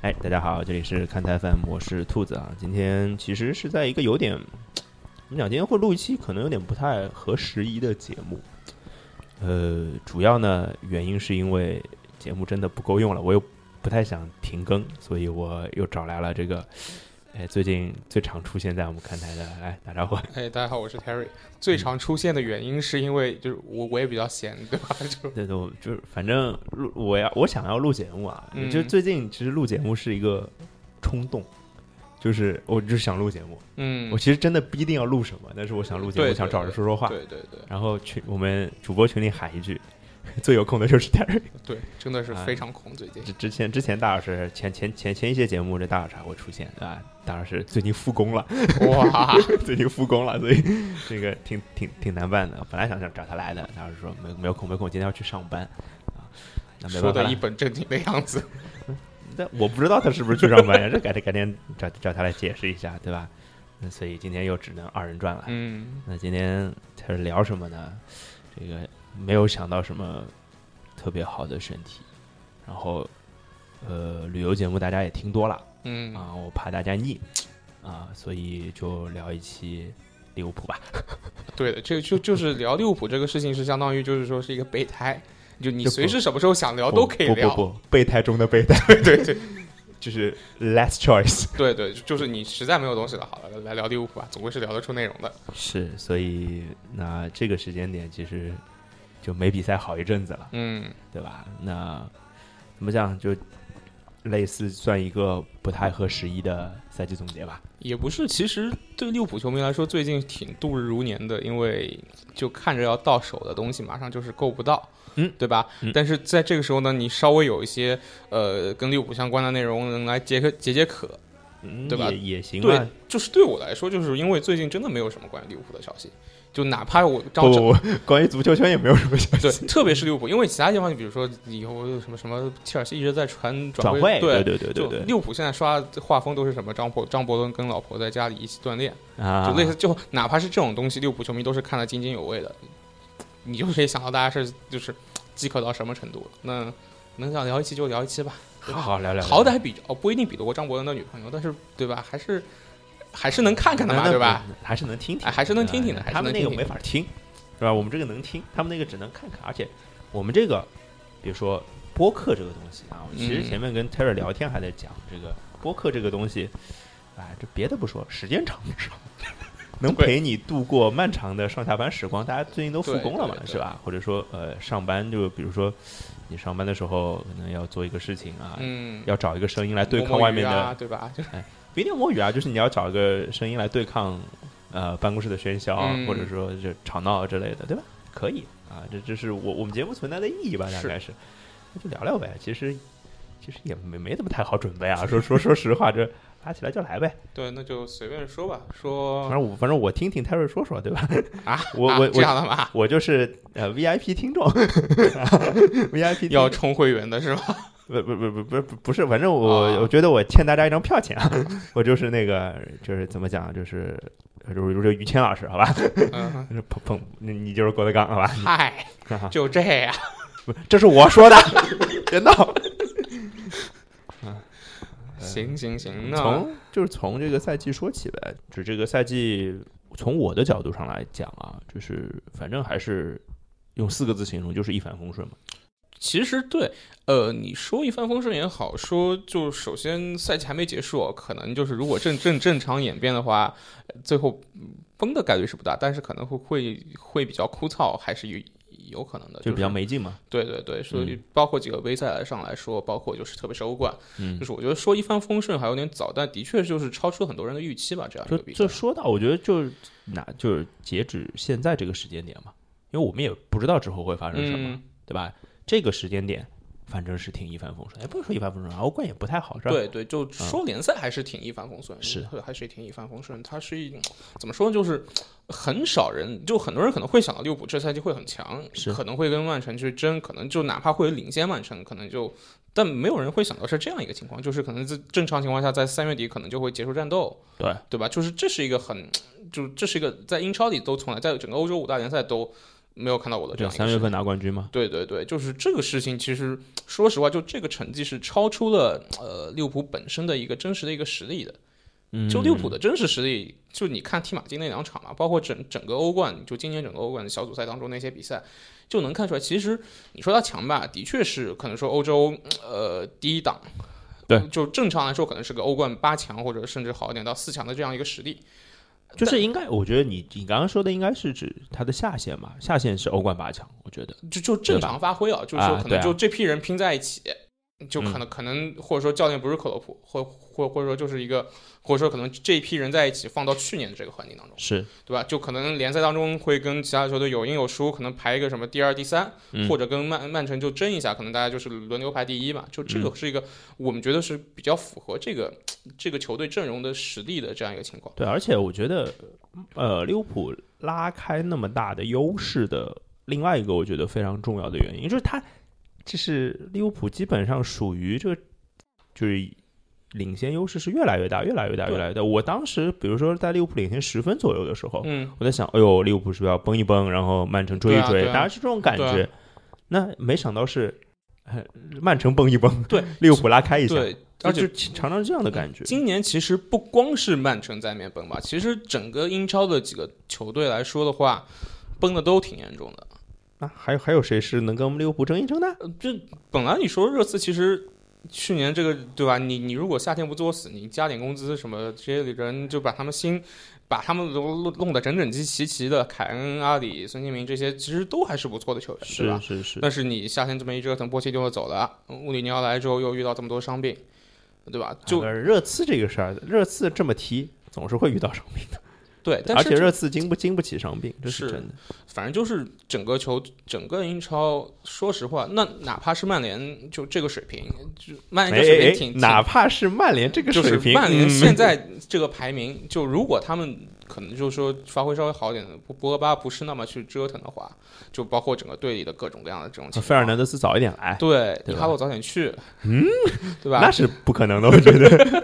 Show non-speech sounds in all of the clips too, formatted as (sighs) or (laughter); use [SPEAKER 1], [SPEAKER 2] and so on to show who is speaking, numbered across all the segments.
[SPEAKER 1] 嗨，哎大家好，这里是看台 FM，我是兔子啊。今天其实是在一个有点，怎么讲？今天会录一期可能有点不太合时宜的节目。呃，主要呢原因是因为节目真的不够用了，我又不太想停更，所以我又找来了这个，哎，最近最常出现在我们看台的，来打招呼。
[SPEAKER 2] 哎，大家好，我是 Terry。最
[SPEAKER 1] 嗯
[SPEAKER 2] 常出现的原因是因为就是我我也比较闲，对吧？就
[SPEAKER 1] 对对，我就是反正录我要我想要录节目啊，
[SPEAKER 2] 嗯
[SPEAKER 1] 就最近其实录节目是一个冲动，就是我就是想录节目，
[SPEAKER 2] 嗯
[SPEAKER 1] 我，其实真的不一定要录什么，但是我想录节目，
[SPEAKER 2] 对对
[SPEAKER 1] 想找人说说话，
[SPEAKER 2] 对对对
[SPEAKER 1] 然后群我们主播群里喊一句， (laughs) 最有空的就是 Terry。
[SPEAKER 2] 对，真的是
[SPEAKER 1] 啊
[SPEAKER 2] 非常恐最近
[SPEAKER 1] 之之前之前大老师前前前前一些节目这大老师还会出现啊，大老师最近复工了， (laughs)
[SPEAKER 2] 哇，
[SPEAKER 1] 最近复工了，所以这个挺挺挺难办的。本来想想找他来的，大老师说没没有空没空，今天要去上班啊，那没
[SPEAKER 2] 说
[SPEAKER 1] 办法
[SPEAKER 2] 的一
[SPEAKER 1] 了。
[SPEAKER 2] 本正经的
[SPEAKER 1] (laughs)
[SPEAKER 2] 样子。
[SPEAKER 1] 但我不知道他是不是去上班呀，这改天改天找找他来解释一下，对吧？那所以今天又只能二人转了。
[SPEAKER 2] 嗯，
[SPEAKER 1] 那今天开始聊什么呢？这个没有想到什么特别好的选题，然后呃，旅游节目大家也听多了
[SPEAKER 2] 嗯
[SPEAKER 1] 啊，我怕大家腻啊，所以就聊一期利物浦吧。
[SPEAKER 2] 对的，这就就是聊利物浦这个事情，是相当于就是说是一个备胎，就你
[SPEAKER 1] 就
[SPEAKER 2] 随
[SPEAKER 1] 不
[SPEAKER 2] 时什么时候想聊哦都可以
[SPEAKER 1] 不
[SPEAKER 2] 聊。
[SPEAKER 1] 不不不，备胎中的备胎
[SPEAKER 2] (laughs) 对对对
[SPEAKER 1] 就是 last
[SPEAKER 2] (laughs)
[SPEAKER 1] choice。
[SPEAKER 2] 对对，就是你实在没有东西了，好了，来聊利物浦吧，总归是聊得出内容的。
[SPEAKER 1] 是，所以那这个时间点其实就没比赛好一阵子了。
[SPEAKER 2] 嗯，
[SPEAKER 1] 对吧？那怎么讲就类似算一个不太合时宜的赛季总结吧。
[SPEAKER 2] 也不是，其实对利物浦球迷来说，最近挺度日如年的，因为就看着要到手的东西，马上就是够不到，
[SPEAKER 1] 嗯，
[SPEAKER 2] 对吧？
[SPEAKER 1] 嗯
[SPEAKER 2] 但是在这个时候呢，你稍微有一些呃跟利物浦相关的内容，能来解渴解解渴，
[SPEAKER 1] 嗯
[SPEAKER 2] 对吧
[SPEAKER 1] 也也行
[SPEAKER 2] 对
[SPEAKER 1] 吧。，
[SPEAKER 2] 就是对我来说，就是因为最近真的没有什么关于利物浦的消息，就哪怕我
[SPEAKER 1] 不
[SPEAKER 2] 张张
[SPEAKER 1] 不不，关于足球圈也没有什么消息。
[SPEAKER 2] 对，特别是利物浦，因为其他地方，比如说以后有什么什么，切尔西一直在传
[SPEAKER 1] 转
[SPEAKER 2] 会，
[SPEAKER 1] 对对
[SPEAKER 2] 对
[SPEAKER 1] 对对
[SPEAKER 2] 就
[SPEAKER 1] 对
[SPEAKER 2] 利物浦现在刷画风都是什么张伯张伯伦跟老婆在家里一起锻炼，
[SPEAKER 1] 啊，
[SPEAKER 2] 就类似，就哪怕是这种东西，利物浦球迷都是看得津津有味的。你就可以想到大家是就是饥渴到什么程度了。那能想聊一期就聊一期吧，
[SPEAKER 1] 好好聊聊。
[SPEAKER 2] 好歹比哦不一定比得过张伯伦的女朋友，但是对吧，还是还是能看看的
[SPEAKER 1] 那
[SPEAKER 2] 嘛，
[SPEAKER 1] 那
[SPEAKER 2] 对吧？？
[SPEAKER 1] 还是能听听，
[SPEAKER 2] 哎还是能听听的
[SPEAKER 1] 对
[SPEAKER 2] 还是
[SPEAKER 1] 他们
[SPEAKER 2] 能
[SPEAKER 1] 那个
[SPEAKER 2] 听听
[SPEAKER 1] 没法听，对吧？我们这个能听，他们那个只能看看，而且我们这个，比如说播客这个东西啊，我其实
[SPEAKER 2] 嗯
[SPEAKER 1] 前面跟 Terry 聊天还在讲这个播客这个东西，哎，这别的不说，时间长不长， (laughs) 能
[SPEAKER 2] 对
[SPEAKER 1] 陪你度过漫长的上下班时光。大家最近都复
[SPEAKER 2] 对
[SPEAKER 1] 工了嘛
[SPEAKER 2] 对，对
[SPEAKER 1] 是吧？或者说呃，上班就比如说你上班的时候可能要做一个事情啊，
[SPEAKER 2] 嗯，
[SPEAKER 1] 要找一个声音来对
[SPEAKER 2] 摸
[SPEAKER 1] 抗
[SPEAKER 2] 摸
[SPEAKER 1] 外
[SPEAKER 2] 鱼
[SPEAKER 1] 面的
[SPEAKER 2] 啊，对吧？就是
[SPEAKER 1] 不一定摸鱼啊，就是你要找一个声音来对抗呃办公室的喧嚣，
[SPEAKER 2] 嗯
[SPEAKER 1] 或者说就吵闹啊之类的，对吧？可以啊，这这是我我们节目存在的意义吧，大
[SPEAKER 2] 是
[SPEAKER 1] 概是，那就聊聊呗。其实其实也没没怎么太好准备啊，说说说实话，这拉起来就来呗。
[SPEAKER 2] 对，那就随便说吧，
[SPEAKER 1] 反
[SPEAKER 2] 说
[SPEAKER 1] 正我反正我听听泰瑞说说，对吧？
[SPEAKER 2] 哦啊，
[SPEAKER 1] 我
[SPEAKER 2] 啊
[SPEAKER 1] 我
[SPEAKER 2] 这
[SPEAKER 1] 我
[SPEAKER 2] 样的
[SPEAKER 1] (laughs)
[SPEAKER 2] 嘛，
[SPEAKER 1] 我就是呃 VIP 听
[SPEAKER 2] (laughs)
[SPEAKER 1] 众，VIP 听
[SPEAKER 2] 要充会员的是吧？
[SPEAKER 1] 不不不不不不不是，反正我、
[SPEAKER 2] 啊
[SPEAKER 1] 我觉得我欠大家一张票钱啊， (laughs) 我就是那个就是怎么讲，啊就是就是就是于谦老师，好吧， (laughs)
[SPEAKER 2] 嗯，
[SPEAKER 1] 就是捧捧你你就是郭德纲，好吧， (laughs)
[SPEAKER 2] 嗨，就这样。
[SPEAKER 1] 不这是我
[SPEAKER 2] (laughs)
[SPEAKER 1] 说的，别闹。
[SPEAKER 2] 行行行，嗯那
[SPEAKER 1] 呃从就是从这个赛季说起呗，就这个赛季从我的角度上来讲啊，就是反正还是用四个字形容，就是一帆风顺嘛。
[SPEAKER 2] 其实对，呃，你说一帆风顺也好，说就首先赛季还没结束哦，可能就是如果正正正常演变的话，呃最后嗯崩的概率是不大，但是可能会会会比较枯燥，还是有有可能的，
[SPEAKER 1] 就比较嗯
[SPEAKER 2] 是
[SPEAKER 1] 没劲嘛，
[SPEAKER 2] 对对对，所以包括几个杯赛上来说，包括就是特别是欧冠，
[SPEAKER 1] 嗯
[SPEAKER 2] 就，是我觉得说一帆风顺还有点早，但的确就是超出很多人的预期吧，这样一
[SPEAKER 1] 就
[SPEAKER 2] 个比赛
[SPEAKER 1] 这。说到，我觉得就是哪就是截止现在这个时间点嘛，因为我们也不知道之后会发生什么，
[SPEAKER 2] 嗯，
[SPEAKER 1] 对吧？这个时间点反正是挺一帆风顺，哎，不是说一帆风顺啊，欧冠也不太好，是吧？嗯
[SPEAKER 2] 对对，就说联赛还是挺一帆风顺，
[SPEAKER 1] 是
[SPEAKER 2] 还是挺一帆风顺。它是一怎么说呢，就是很少人，就很多人可能会想到利物浦这赛季会很强，
[SPEAKER 1] 是
[SPEAKER 2] 可能会跟曼城去争，可能就哪怕会领先曼城，可能就。但没有人会想到是这样一个情况，就是可能在正常情况下，在三月底可能就会结束战斗，
[SPEAKER 1] 对
[SPEAKER 2] 对吧？就是这是一个很，就这是一个在英超里都从来在整个欧洲五大联赛都没有看到我的这
[SPEAKER 1] 就
[SPEAKER 2] 样一个
[SPEAKER 1] 三月
[SPEAKER 2] 事情
[SPEAKER 1] 份拿冠军嘛，
[SPEAKER 2] 对对对，就是这个事情，其实说实话，就这个成绩是超出了呃利物浦本身的一个真实的一个实力的。
[SPEAKER 1] 嗯，
[SPEAKER 2] 就利物浦的真实实力，就你看踢马竞那两场嘛，包括整整个欧冠，就今年整个欧冠小组赛当中那些比赛，就能看出来，其实你说他强吧，的确是可能说欧洲呃第一档，
[SPEAKER 1] 对，
[SPEAKER 2] 就正常来说可能是个欧冠八强或者甚至好一点到四强的这样一个实力。
[SPEAKER 1] 就是应该，我觉得你你刚刚说的应该是指他的下限吧，下限是欧冠八强，我觉得
[SPEAKER 2] 就就正
[SPEAKER 1] 对吧
[SPEAKER 2] 常发挥啊，就是说
[SPEAKER 1] 啊
[SPEAKER 2] 可
[SPEAKER 1] 对
[SPEAKER 2] 能
[SPEAKER 1] 啊
[SPEAKER 2] 就这批人拼在一起，就
[SPEAKER 1] 嗯
[SPEAKER 2] 可能可能或者说教练不是克洛普，或或或者说就是一个，或者说可能这一批人在一起放到去年的这个环境当中，
[SPEAKER 1] 是，
[SPEAKER 2] 对吧？就可能联赛当中会跟其他球队有赢有输，可能排一个什么第二、第三，
[SPEAKER 1] 嗯
[SPEAKER 2] 或者跟曼曼城就争一下，可能大家就是轮流排第一嘛。就这
[SPEAKER 1] 嗯
[SPEAKER 2] 个是一个我们觉得是比较符合这个这个球队阵容的实力的这样一个情况。
[SPEAKER 1] 对，而且我觉得，呃，利物浦拉开那么大的优势的另外一个我觉得非常重要的原因，就是他就是利物浦基本上属于这个就是领先优势是越来越大，越来越大，
[SPEAKER 2] 对
[SPEAKER 1] 越来越大。我当时比如说在利物浦领先十分左右的时候，
[SPEAKER 2] 嗯，
[SPEAKER 1] 我在想，哎呦，利物浦是不是要崩一崩，然后曼城追一
[SPEAKER 2] 对啊
[SPEAKER 1] 追，
[SPEAKER 2] 对啊
[SPEAKER 1] 大家是这种感
[SPEAKER 2] 对
[SPEAKER 1] 觉。那没想到是。呃曼城崩一崩，
[SPEAKER 2] 对，
[SPEAKER 1] 利物浦拉开一下，
[SPEAKER 2] 对，而
[SPEAKER 1] 而
[SPEAKER 2] 且
[SPEAKER 1] 且常常这样的感觉。
[SPEAKER 2] 今年其实不光是曼城在面崩吧，其实整个英超的几个球队来说的话，崩的都挺严重的。
[SPEAKER 1] 那还有还有谁是能跟我们利物浦争一争的？
[SPEAKER 2] 呃，这本来你说热刺其实。去年这个对吧？你你如果夏天不作死，你加点工资什么，这些人就把他们心，把他们都弄弄得整整齐齐齐的。凯恩、阿里、孙兴民这些其实都还是不错的球员，对吧？
[SPEAKER 1] 是是，
[SPEAKER 2] 但是你夏天这么一折腾，波切蒂诺走了，穆里尼奥来之后又遇到这么多伤病，对吧？就
[SPEAKER 1] 啊热刺这个事儿，热刺这么踢总是会遇到伤病，
[SPEAKER 2] 对，但
[SPEAKER 1] 而
[SPEAKER 2] 是
[SPEAKER 1] 且
[SPEAKER 2] 这
[SPEAKER 1] 热刺经不经不起伤病，这
[SPEAKER 2] 是
[SPEAKER 1] 真的。
[SPEAKER 2] 反正就是整个球，整个英超，说实话，那哪怕是曼联，就这个水平，就曼联这个水平挺，挺
[SPEAKER 1] 哎哪怕是曼联这个
[SPEAKER 2] 就
[SPEAKER 1] 水
[SPEAKER 2] 是
[SPEAKER 1] 平，
[SPEAKER 2] 曼联
[SPEAKER 1] 嗯 (laughs)
[SPEAKER 2] 现在这个排名，就如果他们可能就是说发挥稍微好一点的，博博格巴不是那么去折腾的话，就包括整个队里的各种各样的这种情况，
[SPEAKER 1] 费尔南德斯早一点来，
[SPEAKER 2] 对，
[SPEAKER 1] 对
[SPEAKER 2] 伊
[SPEAKER 1] 吧
[SPEAKER 2] 卡洛早点去，嗯， (laughs) 对吧？
[SPEAKER 1] 那是不可能的，我觉
[SPEAKER 2] (laughs)
[SPEAKER 1] 得。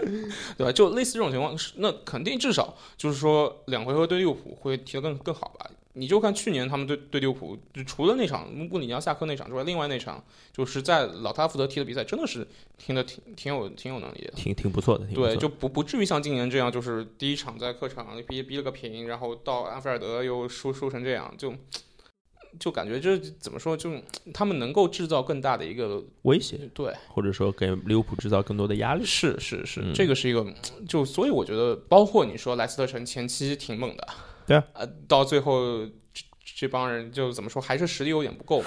[SPEAKER 2] 对吧？就类似这种情况，是那肯定至少就是说两回合对利物浦会踢得更更好吧？你就看去年他们对对利物浦，就除了那场穆里尼奥下课那场之外，另外那场就是在老特拉福德踢的比赛，真的是踢得挺挺有挺有能力的。
[SPEAKER 1] 挺挺不错的，挺不错
[SPEAKER 2] 对，
[SPEAKER 1] 的
[SPEAKER 2] 就不不至于像今年这样，就是第一场在客场逼逼了个平，然后到安菲尔德又输输成这样，就就感觉这怎么说，就他们能够制造更大的一个
[SPEAKER 1] 威胁，
[SPEAKER 2] 对。
[SPEAKER 1] 或者说给利物浦制造更多的压力。
[SPEAKER 2] 是是是，
[SPEAKER 1] 嗯
[SPEAKER 2] 这个是一个，就所以我觉得，包括你说莱斯特城前期挺猛的，
[SPEAKER 1] 对啊
[SPEAKER 2] 呃，到最后这这帮人就怎么说，还是实力有点不够嘛。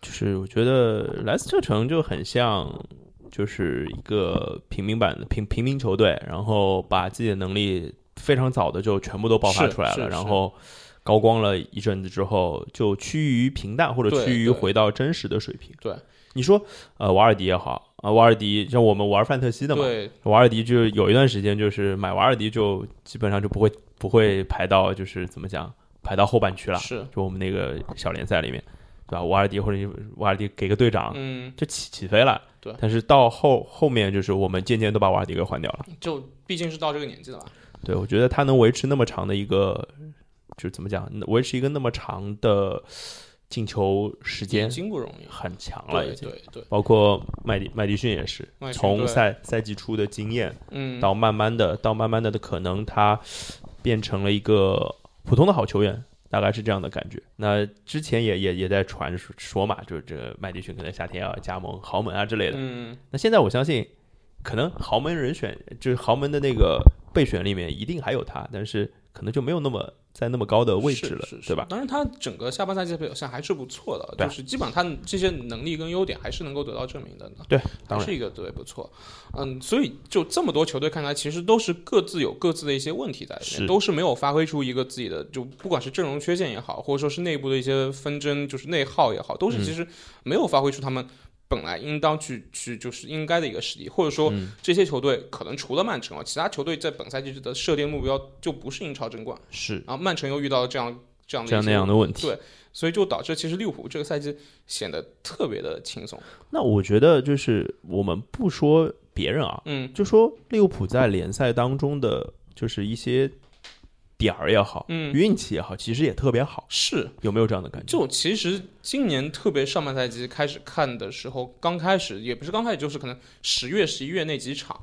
[SPEAKER 1] 就是我觉得莱斯特城就很像，就是一个平民版的平平民球队，然后把自己的能力非常早的就全部都爆发
[SPEAKER 2] 是
[SPEAKER 1] 出来
[SPEAKER 2] 是
[SPEAKER 1] 了，
[SPEAKER 2] 是
[SPEAKER 1] 然后高光了一阵子之后，就趋于平淡或者
[SPEAKER 2] 对
[SPEAKER 1] 趋于
[SPEAKER 2] 对
[SPEAKER 1] 回到真实的水平。
[SPEAKER 2] 对，
[SPEAKER 1] 你说呃瓦尔迪也好啊、瓦尔迪像我们玩范特西的嘛，
[SPEAKER 2] 对，
[SPEAKER 1] 瓦尔迪就有一段时间就是买瓦尔迪就基本上就不会不会排到就是怎么讲排到后半区了，
[SPEAKER 2] 是，
[SPEAKER 1] 就我们那个小联赛里面，对吧？瓦尔迪或者你瓦尔迪给个队长，
[SPEAKER 2] 嗯，
[SPEAKER 1] 就起起飞了。
[SPEAKER 2] 对
[SPEAKER 1] 但是到后后面就是我们渐渐都把瓦尔迪给换掉了。
[SPEAKER 2] 就毕竟是到这个年纪了嘛。
[SPEAKER 1] 对，我觉得他能维持那么长的一个，就是怎么讲，维持一个那么长的进球时
[SPEAKER 2] 已
[SPEAKER 1] 间
[SPEAKER 2] 经不容易。
[SPEAKER 1] 很强了，
[SPEAKER 2] 对
[SPEAKER 1] 已经。
[SPEAKER 2] 对对，
[SPEAKER 1] 包括麦迪麦迪逊也是
[SPEAKER 2] 麦，迪逊
[SPEAKER 1] 从
[SPEAKER 2] 对
[SPEAKER 1] 赛赛季初的经验，
[SPEAKER 2] 嗯，
[SPEAKER 1] 到慢慢的，到慢慢的的可能他变成了一个普通的好球员，大概是这样的感觉。那之前也也也在传说说嘛，就是这个麦迪逊可能夏天要加盟豪门啊之类的。
[SPEAKER 2] 嗯，
[SPEAKER 1] 那现在我相信，可能豪门人选就是豪门的那个备选里面一定还有他，但是可能就没有那么在那么高的位置了，
[SPEAKER 2] 是是是
[SPEAKER 1] 对吧？
[SPEAKER 2] 当然，他整个下半赛季的表现还是不错的，
[SPEAKER 1] 对啊
[SPEAKER 2] 就是基本上他这些能力跟优点还是能够得到证明的呢。
[SPEAKER 1] 对，当
[SPEAKER 2] 还
[SPEAKER 1] 然
[SPEAKER 2] 是一个对不错，嗯，所以就这么多球队看来，其实都是各自有各自的一些问题在里
[SPEAKER 1] 是
[SPEAKER 2] 面，都是没有发挥出一个自己的，就不管是阵容缺陷也好，或者说是内部的一些纷争，就是内耗也好，都
[SPEAKER 1] 嗯
[SPEAKER 2] 是其实没有发挥出他们本来应当去去就是应该的一个实力，或者说
[SPEAKER 1] 嗯
[SPEAKER 2] 这些球队可能除了曼城啊，其他球队在本赛季的设定目标就不是英超争冠，
[SPEAKER 1] 是
[SPEAKER 2] 然后曼城又遇到了这样这样
[SPEAKER 1] 嗯
[SPEAKER 2] 的
[SPEAKER 1] 这样
[SPEAKER 2] 一
[SPEAKER 1] 那
[SPEAKER 2] 些
[SPEAKER 1] 样的问题。
[SPEAKER 2] 对所以就导致其实利物浦这个赛季显得特别的轻松，
[SPEAKER 1] 那我觉得就是我们不说别人啊，
[SPEAKER 2] 嗯，
[SPEAKER 1] 就说利物浦在联赛当中的，就是一些点儿也好，
[SPEAKER 2] 嗯
[SPEAKER 1] 运气也好，其实也特别好，
[SPEAKER 2] 是，
[SPEAKER 1] 有没有这样的感觉？
[SPEAKER 2] 就其实今年特别上半赛季开始看的时候，刚开始也不是刚开始，就是可能十月、十一月那几场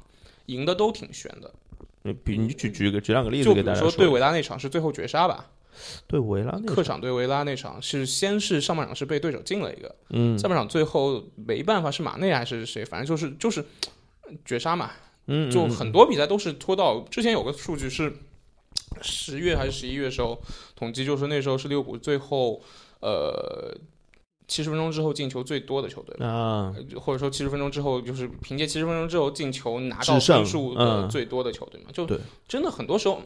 [SPEAKER 2] 赢的都挺悬的，
[SPEAKER 1] 你比你举举个举两个例子
[SPEAKER 2] 就比
[SPEAKER 1] 给大
[SPEAKER 2] 如
[SPEAKER 1] 家
[SPEAKER 2] 说对
[SPEAKER 1] 对
[SPEAKER 2] 维拉那场是最后绝杀吧，
[SPEAKER 1] 对维拉那
[SPEAKER 2] 客
[SPEAKER 1] 场，
[SPEAKER 2] 场对维拉那场是先是上半场是被对手进了一个，
[SPEAKER 1] 嗯
[SPEAKER 2] 下半场最后没办法是马内还是谁，反正就是就是呃绝杀嘛，
[SPEAKER 1] 嗯，
[SPEAKER 2] 就
[SPEAKER 1] 嗯
[SPEAKER 2] 很多比赛都是拖到之前有个数据是十月还是十一月时候统计，就是那时候是利物浦最后呃七十分钟之后进球最多的球队。
[SPEAKER 1] 啊，
[SPEAKER 2] 呃或者说七十分钟之后，就是凭借七十分钟之后进球拿到
[SPEAKER 1] 制胜
[SPEAKER 2] 分数的
[SPEAKER 1] 嗯
[SPEAKER 2] 最多的球队嘛，就
[SPEAKER 1] 对
[SPEAKER 2] 真的很多时候，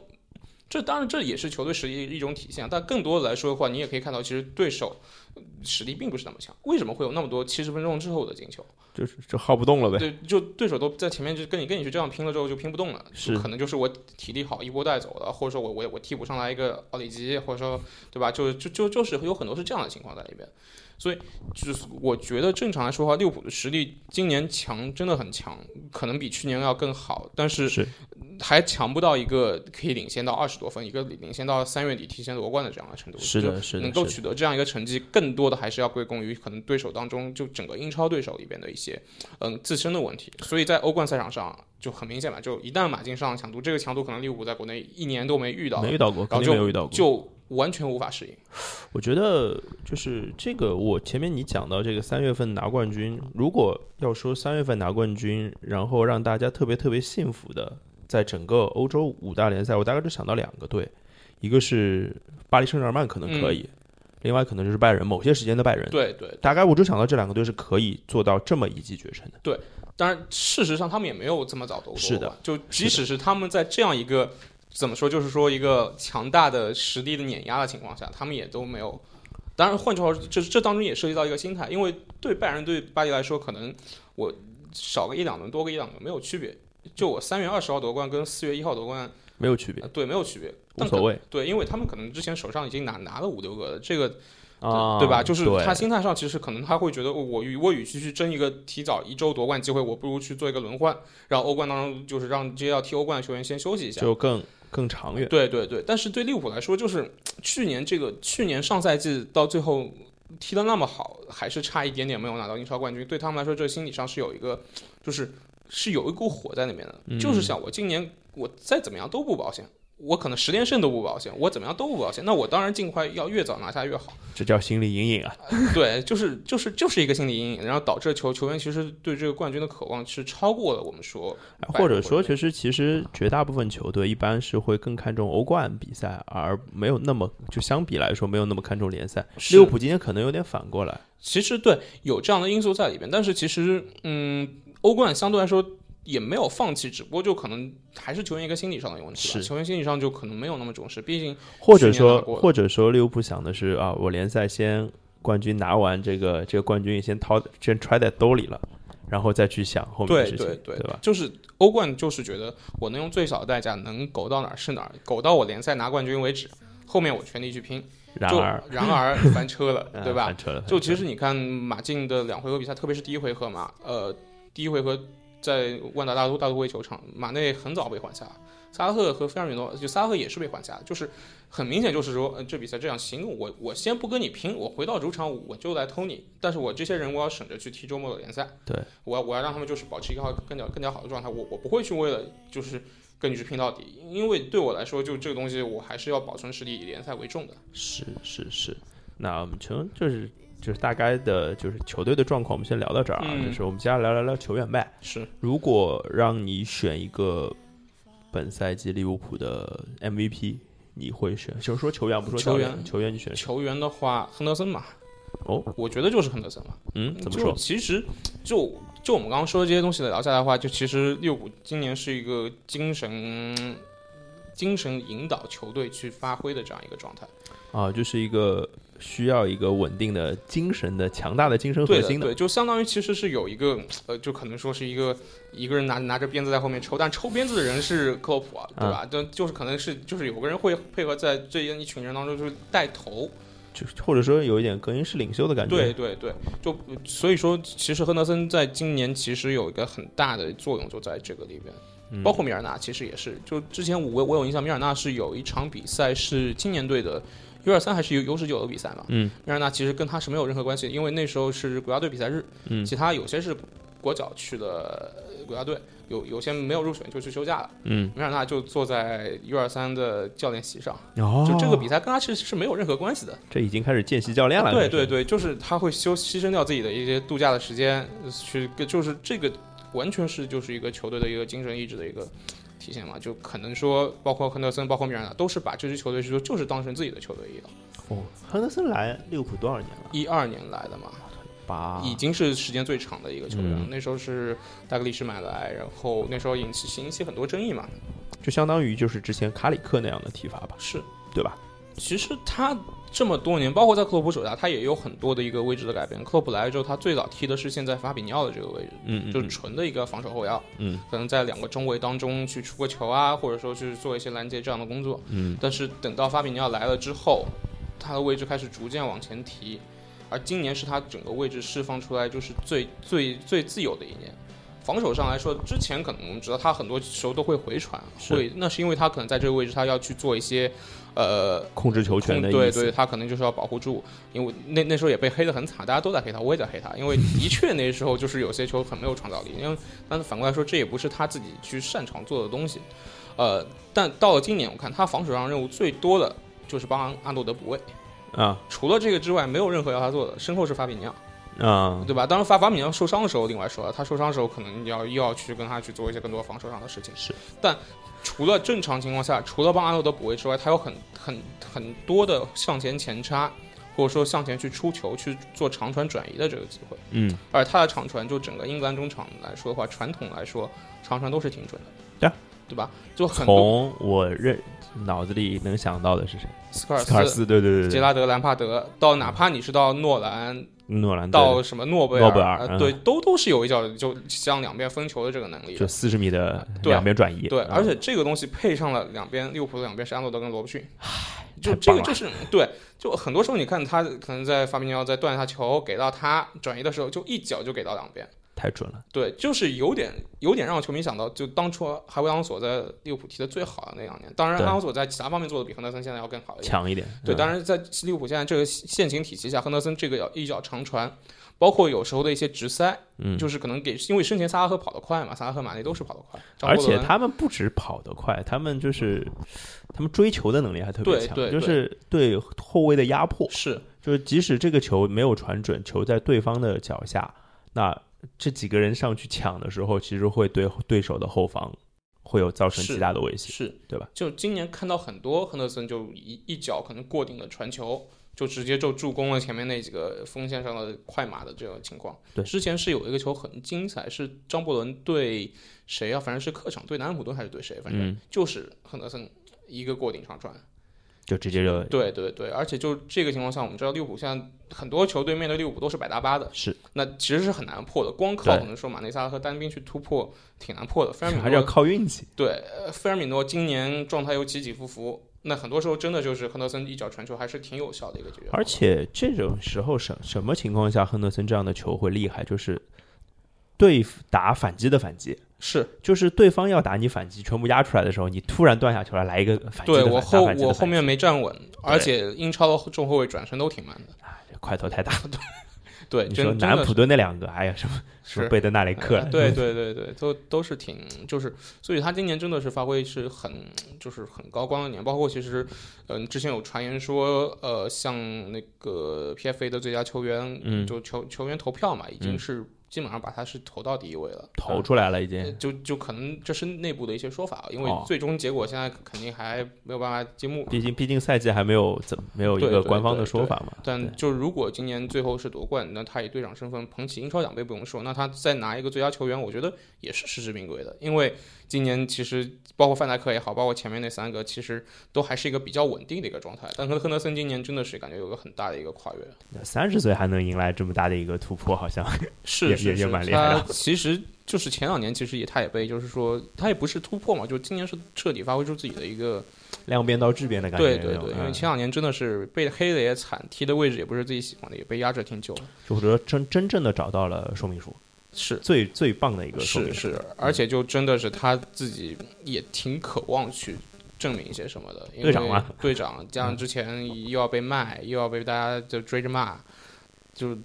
[SPEAKER 2] 这当然这也是球队实力一种体现，但更多的来说的话，你也可以看到，其实对手呃实力并不是那么强。为什么会有那么多七十分钟之后的进球？
[SPEAKER 1] 就是就耗不动了呗。
[SPEAKER 2] 对，就对手都在前面就跟你跟你去这样拼了之后就拼不动了，就是可能就是我体力好一波带走了，或者说我我我替补上来一个奥里吉，或者说对吧？就就就就是有很多是这样的情况在里边，所以就是我觉得正常来说的话，利物浦的实力今年强真的很强，可能比去年要更好，但是
[SPEAKER 1] 是
[SPEAKER 2] 还强不到一个可以领先到二十多分，一个领先到三月底提前夺冠的这样的程度。
[SPEAKER 1] 是的，是的，
[SPEAKER 2] 能够
[SPEAKER 1] 是的
[SPEAKER 2] 取得这样一个成绩，更多的还是要归功于可能对手当中就整个英超对手里边的一些嗯自身的问题。所以在欧冠赛场上就很明显嘛，就一旦马竞上了强度，这个强度可能利物浦在国内一年都没遇到，
[SPEAKER 1] 没遇到过，肯
[SPEAKER 2] 然后
[SPEAKER 1] 定
[SPEAKER 2] 就
[SPEAKER 1] 没有遇到过。
[SPEAKER 2] 就完全无法适应。
[SPEAKER 1] 我觉得就是这个，我前面你讲到这个三月份拿冠军，如果要说三月份拿冠军，然后让大家特别特别幸福的，在整个欧洲五大联赛，我大概就想到两个队，一个是巴黎圣日耳曼可能可以，另外可能就是拜仁，某些时间的拜仁。
[SPEAKER 2] 嗯对对，
[SPEAKER 1] 大概我就想到这两个队是可以做到这么一骑绝尘的。
[SPEAKER 2] 当然事实上他们也没有这么早夺冠，
[SPEAKER 1] 是的，
[SPEAKER 2] 就即使是他们在这样一个。怎么说？就是说，一个强大的实力的碾压的情况下，他们也都没有。当然，换句话说，这这当中也涉及到一个心态，因为对拜仁对巴黎来说，可能我少个一两轮，多个一两轮没有区别。就我三月二十号夺冠跟四月一号夺冠，
[SPEAKER 1] 没有区别
[SPEAKER 2] 呃，对，没有区别，
[SPEAKER 1] 无
[SPEAKER 2] 但
[SPEAKER 1] 所谓
[SPEAKER 2] 可。对，因为他们可能之前手上已经拿拿了五六个了，这个
[SPEAKER 1] 啊，
[SPEAKER 2] 对吧？就是
[SPEAKER 1] 对
[SPEAKER 2] 他心态上，其实可能他会觉得，哦我与我与其去争一个提早一周夺冠机会，我不如去做一个轮换，然后欧冠当中就是让这些要踢欧冠的球员先休息一下。
[SPEAKER 1] 就更更长远。
[SPEAKER 2] 对对对，但是对利物浦来说，就是去年这个去年上赛季到最后踢得那么好，还是差一点点没有拿到英超冠军，对他们来说，这心理上是有一个，就是是有一股火在那边的，
[SPEAKER 1] 嗯
[SPEAKER 2] 就是想我今年我再怎么样都不保险。我可能十连胜都不保险，我怎么样都不保险，那我当然尽快要越早拿下越好。
[SPEAKER 1] 这叫心理阴影啊。
[SPEAKER 2] (laughs) 对，就是就是就是一个心理阴影，然后导致球球员其实对这个冠军的渴望是超过了我们说，拜
[SPEAKER 1] 或者
[SPEAKER 2] 仁
[SPEAKER 1] 说，
[SPEAKER 2] 会
[SPEAKER 1] 其实其实绝大部分球队一般是会更看重欧冠比赛，而没有那么就相比来说没有那么看重联赛。利物浦今天可能有点反过来，
[SPEAKER 2] 其实对有这样的因素在里边，但是其实嗯，欧冠相对来说也没有放弃，只不过就可能还是球员一个心理上的问题吧，
[SPEAKER 1] 是
[SPEAKER 2] 球员心理上就可能没有那么重视，毕竟
[SPEAKER 1] 或者
[SPEAKER 2] 去年
[SPEAKER 1] 说
[SPEAKER 2] 拿过
[SPEAKER 1] 或者说利物浦想的是啊，我联赛先冠军拿完这个这个冠军先掏先揣在兜里了，然后再去想后面的
[SPEAKER 2] 对
[SPEAKER 1] 事情，
[SPEAKER 2] 对
[SPEAKER 1] 对
[SPEAKER 2] 对
[SPEAKER 1] 吧？
[SPEAKER 2] 就是欧冠就是觉得我能用最小的代价能苟到哪儿是哪儿，苟到我联赛拿冠军为止，后面我全力去拼，
[SPEAKER 1] 然
[SPEAKER 2] 就
[SPEAKER 1] 而，
[SPEAKER 2] 然而翻车
[SPEAKER 1] (laughs)
[SPEAKER 2] 了，对吧
[SPEAKER 1] 啊？翻车了，
[SPEAKER 2] 就
[SPEAKER 1] 翻车
[SPEAKER 2] 其实你看马竞的两回合比赛，特别是第一回合嘛，呃，第一回合在万达大都大都会球场，马内很早被换下，萨拉赫和菲尔米诺就萨拉赫也是被换下，就是很明显就是说，呃、这比赛这样行，我我先不跟你拼，我回到主场我就来偷你，但是我这些人我要省着去踢周末的联赛，
[SPEAKER 1] 对，
[SPEAKER 2] 我要我要让他们就是保持一个好更加更加好的状态，我我不会去为了就是。跟你去拼到底，因为对我来说，就这个东西，我还是要保存实力，以联赛为重的。
[SPEAKER 1] 是是是，那我们球就是就是大概的就是球队的状况，我们先聊到这儿啊，
[SPEAKER 2] 嗯
[SPEAKER 1] 就是我们接下来聊聊聊球员呗。
[SPEAKER 2] 是，
[SPEAKER 1] 如果让你选一个本赛季利物浦的 MVP，你会选？就是说球员，不说
[SPEAKER 2] 球
[SPEAKER 1] 教
[SPEAKER 2] 员
[SPEAKER 1] 练球员你选谁？
[SPEAKER 2] 球员的话，亨德森嘛，
[SPEAKER 1] 哦，
[SPEAKER 2] 我觉得就是亨德森嘛。
[SPEAKER 1] 嗯，怎么
[SPEAKER 2] 就
[SPEAKER 1] 说？
[SPEAKER 2] 其实就就我们刚刚说的这些东西聊下来的话，就其实利物浦今年是一个精神精神引导球队去发挥的这样一个状态。
[SPEAKER 1] 啊，就是一个需要一个稳定的精神的、强大的精神核
[SPEAKER 2] 对的，
[SPEAKER 1] 心的。
[SPEAKER 2] 对，就相当于其实是有一个呃，就可能说是一个一个人拿拿着鞭子在后面抽，但抽鞭子的人是克洛普啊，对
[SPEAKER 1] 嗯
[SPEAKER 2] 吧？但就是可能是就是有个人会配合在这一群人当中就是带头，
[SPEAKER 1] 就或者说有一点更衣室领袖的感觉。
[SPEAKER 2] 对，对对，就所以说，其实亨德森在今年其实有一个很大的作用就在这个里边。
[SPEAKER 1] 嗯
[SPEAKER 2] 包括米尔纳其实也是。就之前我我有印象，米尔纳是有一场比赛是青年队的 U 二三还是 U U 十九的比赛嘛？
[SPEAKER 1] 嗯，
[SPEAKER 2] 米尔纳其实跟他是没有任何关系，因为那时候是国家队比赛日，
[SPEAKER 1] 嗯
[SPEAKER 2] 其他有些是国脚去的呃国家队，有有些没有入选就去休假了，
[SPEAKER 1] 嗯，
[SPEAKER 2] 米尔纳就坐在 U 二三的教练席上，
[SPEAKER 1] 哦，
[SPEAKER 2] 就这个比赛跟他其实是没有任何关系的。
[SPEAKER 1] 这已经开始见习教练了，
[SPEAKER 2] 啊对
[SPEAKER 1] 开始
[SPEAKER 2] 对，对，就是他会休牺牲掉自己的一些度假的时间，呃去就是这个完全是就是一个球队的一个精神意志的一个体现嘛。就可能说，包括亨德森，包括米尔纳，都是把这支球队是说就是当成自己的球队一样。
[SPEAKER 1] 哦，亨德森来利物浦多少年了？
[SPEAKER 2] 一二年来的嘛，
[SPEAKER 1] 八
[SPEAKER 2] 已经是时间最长的一个球员了。
[SPEAKER 1] 啊嗯
[SPEAKER 2] 那时候是大格利什买来，然后那时候引起引起很多争议嘛。
[SPEAKER 1] 就相当于就是之前卡里克那样的踢法吧，
[SPEAKER 2] 是，
[SPEAKER 1] 对吧？
[SPEAKER 2] 其实他这么多年，包括在克洛普手下，他也有很多的一个位置的改变。克洛普来了之后，他最早踢的是现在法比尼奥的这个位置，
[SPEAKER 1] 嗯
[SPEAKER 2] 就是纯的一个防守后腰，
[SPEAKER 1] 嗯，
[SPEAKER 2] 可能在两个中卫当中去出个球啊，或者说去做一些拦截这样的工作。
[SPEAKER 1] 嗯，
[SPEAKER 2] 但是等到法比尼奥来了之后，他的位置开始逐渐往前提，而今年是他整个位置释放出来就是最最最自由的一年。防守上来说，之前可能我们知道他很多时候都会回传，
[SPEAKER 1] 是
[SPEAKER 2] 会那是因为他可能在这个位置他要去做一些，呃，
[SPEAKER 1] 控制球权的
[SPEAKER 2] 对
[SPEAKER 1] 意思
[SPEAKER 2] 对，他可能就是要保护住，因为那那时候也被黑得很惨，大家都在黑他，我也在黑他，因为的确那时候就是有些球很没有创造力，因为但是反过来说，这也不是他自己去擅长做的东西，呃，但到了今年，我看他防守上任务最多的就是帮阿诺德补位，
[SPEAKER 1] 啊
[SPEAKER 2] 除了这个之外，没有任何要他做的，身后是法比尼奥，
[SPEAKER 1] 啊，
[SPEAKER 2] 对吧？当然法法比尼奥受伤的时候，另外说了，他受伤的时候可能要又要去跟他去做一些更多防守上的事情。
[SPEAKER 1] 是，
[SPEAKER 2] 但除了正常情况下，除了帮阿诺德补位之外，他有很很很多的向前前插，或者说向前去出球去做长传转移的这个机会。
[SPEAKER 1] 嗯，
[SPEAKER 2] 而他的长传，就整个英格兰中场来说的话，传统来说长传都是挺准的，
[SPEAKER 1] 对啊
[SPEAKER 2] 对吧？就很多
[SPEAKER 1] 从我认脑子里能想到的是谁？
[SPEAKER 2] 斯科尔
[SPEAKER 1] 斯卡尔
[SPEAKER 2] 斯、
[SPEAKER 1] 斯，对对对
[SPEAKER 2] 杰
[SPEAKER 1] 对，
[SPEAKER 2] 拉德、兰帕德，到哪怕你是到诺兰、
[SPEAKER 1] 诺兰队
[SPEAKER 2] 到什么诺贝尔，
[SPEAKER 1] 诺贝尔
[SPEAKER 2] 呃
[SPEAKER 1] 嗯
[SPEAKER 2] 对，都都是有一脚就向两边分球的这个能力的。
[SPEAKER 1] 就四十米的
[SPEAKER 2] 对
[SPEAKER 1] 两边转移，
[SPEAKER 2] 对，
[SPEAKER 1] 啊
[SPEAKER 2] 而且这个东西配上了两边利物浦的两边是安诺德跟罗布逊，就
[SPEAKER 1] 太
[SPEAKER 2] 这
[SPEAKER 1] 棒了
[SPEAKER 2] 个就是对，就很多时候你看他可能在法比尼奥在断一下球给到他转移的时候，就一脚就给到两边，
[SPEAKER 1] 太准了，
[SPEAKER 2] 对，就是有点有点让球迷想到就当初还维昂索在利物浦踢的最好的那两年，当然
[SPEAKER 1] 对
[SPEAKER 2] 安索在其他方面做的比亨德森现在要更好一点，
[SPEAKER 1] 强一点，
[SPEAKER 2] 哎对，
[SPEAKER 1] 嗯
[SPEAKER 2] 当然在利物浦现在这个现行体系下，亨德森这个一脚长传，包括有时候的一些直塞，
[SPEAKER 1] 嗯
[SPEAKER 2] 就是可能给，因为生前萨拉赫跑得快嘛，萨拉赫、马内都是跑得快，张
[SPEAKER 1] 而
[SPEAKER 2] 伯
[SPEAKER 1] 且
[SPEAKER 2] 伦
[SPEAKER 1] 他们不止跑得快，他们就是他们追求的能力还特别
[SPEAKER 2] 对
[SPEAKER 1] 强，
[SPEAKER 2] 对
[SPEAKER 1] 就是对后卫的压迫，
[SPEAKER 2] 是
[SPEAKER 1] 就是即使这个球没有传准，球在对方的脚下，那这几个人上去抢的时候，其实会对对手的后防会有造成
[SPEAKER 2] 是
[SPEAKER 1] 极大的威胁。
[SPEAKER 2] 是，
[SPEAKER 1] 对吧？
[SPEAKER 2] 就今年看到很多亨德森就一一脚可能过顶的传球。就直接就助攻了前面那几个锋线上的快马的这种情况。
[SPEAKER 1] 对
[SPEAKER 2] 之前是有一个球很精彩，是张伯伦对谁啊？反正是客场对南安普顿还是对谁？反正
[SPEAKER 1] 嗯
[SPEAKER 2] 就是亨德森一个过顶长传，
[SPEAKER 1] 就直接就
[SPEAKER 2] 对对对，而且就这个情况下，我们知道利物浦现在很多球队面对利物浦都是摆大巴的，
[SPEAKER 1] 是
[SPEAKER 2] 那其实是很难破的，光靠
[SPEAKER 1] 对
[SPEAKER 2] 可能说马内萨拉和单兵去突破挺难破的。菲尔米
[SPEAKER 1] 还是要
[SPEAKER 2] 诺
[SPEAKER 1] 靠运气。
[SPEAKER 2] 对，呃菲尔米诺今年状态又起起伏伏，那很多时候真的就是亨德森一脚传球还是挺有效的一个解决方法。
[SPEAKER 1] 而且这种时候什什么情况下亨德森这样的球会厉害？就是对打反击的反击，
[SPEAKER 2] 是
[SPEAKER 1] 就是对方要打你反击，全部压出来的时候，你突然断下球来，来一个反击
[SPEAKER 2] 对
[SPEAKER 1] 哎的
[SPEAKER 2] 我
[SPEAKER 1] 反击打
[SPEAKER 2] 后
[SPEAKER 1] 反击的
[SPEAKER 2] 我
[SPEAKER 1] 反击
[SPEAKER 2] 后面没站稳，而且英超的中后卫转身都挺慢的。
[SPEAKER 1] 块头太大。
[SPEAKER 2] 对，
[SPEAKER 1] 你说
[SPEAKER 2] 真真
[SPEAKER 1] 南
[SPEAKER 2] 的
[SPEAKER 1] 普顿那两个，哎呀，什么什么
[SPEAKER 2] 是
[SPEAKER 1] 贝德纳雷克
[SPEAKER 2] 呃
[SPEAKER 1] 了，
[SPEAKER 2] 对对对对，都都是挺就是，所以他今年真的是发挥是很就是很高光的年，包括其实，嗯、之前有传言说，呃，像那个 PFA 的最佳球员，
[SPEAKER 1] 嗯
[SPEAKER 2] 就球球员投票嘛，已经
[SPEAKER 1] 嗯
[SPEAKER 2] 是基本上把他是投到第一位了，
[SPEAKER 1] 投出来了已
[SPEAKER 2] 呃
[SPEAKER 1] 经。
[SPEAKER 2] 就就可能这是内部的一些说法，啊因为
[SPEAKER 1] 哦
[SPEAKER 2] 最终结果现在肯定还没有办法揭幕，
[SPEAKER 1] 毕竟毕竟赛季还没有怎么没有一
[SPEAKER 2] 对
[SPEAKER 1] 个
[SPEAKER 2] 对
[SPEAKER 1] 官方的
[SPEAKER 2] 对
[SPEAKER 1] 说
[SPEAKER 2] 啊对
[SPEAKER 1] 法嘛。对
[SPEAKER 2] 但就如果今年最后是夺冠，那他以队长身份捧起英超奖杯不用说，那他再拿一个最佳球员，我觉得也是实至名归的。因为今年其实包括范戴克也好，包括前面那三个，其实都还是一个比较稳定的一个状态。但和亨德森今年真的是感觉有个很大的一个跨越，
[SPEAKER 1] 三十岁还能迎来这么大的一个突破，好
[SPEAKER 2] (laughs)
[SPEAKER 1] 像
[SPEAKER 2] 是
[SPEAKER 1] 也
[SPEAKER 2] 是
[SPEAKER 1] 也也
[SPEAKER 2] 是，
[SPEAKER 1] 蛮厉害的
[SPEAKER 2] 他其实就是前两年其实也他也被就是说他也不是突破嘛，就今年是彻底发挥出自己的一个
[SPEAKER 1] 量变到质变的感觉
[SPEAKER 2] 对
[SPEAKER 1] 有
[SPEAKER 2] 对
[SPEAKER 1] 种。
[SPEAKER 2] 对，因为
[SPEAKER 1] 嗯
[SPEAKER 2] 前两年真的是被黑的也惨，踢的位置也不是自己喜欢的，也被压制挺久了。
[SPEAKER 1] 就或者说真真正的找到了说明书。
[SPEAKER 2] 是
[SPEAKER 1] 最最棒的一嗯个说明
[SPEAKER 2] 是
[SPEAKER 1] 书
[SPEAKER 2] 是，而且就真的是他自己也挺渴望去证明一些什么的。因为
[SPEAKER 1] 队长吗？
[SPEAKER 2] (laughs)
[SPEAKER 1] 嗯
[SPEAKER 2] 队长，加上之前又要被卖，又要被大家就追着骂，就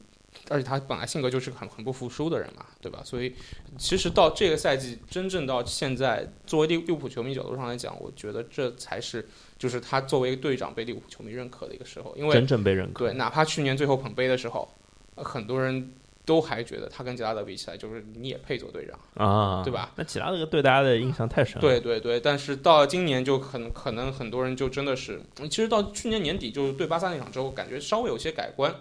[SPEAKER 2] 而且他本来性格就是很很不服输的人嘛，对吧？所以其实到这个赛季，真正到现在，作为利利物浦球迷角度上来讲，我觉得这才是就是他作为队长被利物浦球迷认可的一个时候，因为
[SPEAKER 1] 真正被认可
[SPEAKER 2] 对，。哪怕去年最后捧杯的时候，呃很多人都还觉得他跟杰拉德比起来，就是你也配做队长。
[SPEAKER 1] 啊，
[SPEAKER 2] 对吧？
[SPEAKER 1] 那其他的对大家的印象太深了。，
[SPEAKER 2] 对对对，但是到了今年就很可能很多人就真的是，嗯其实到去年年底就是对巴萨那场之后，感觉稍微有些改观。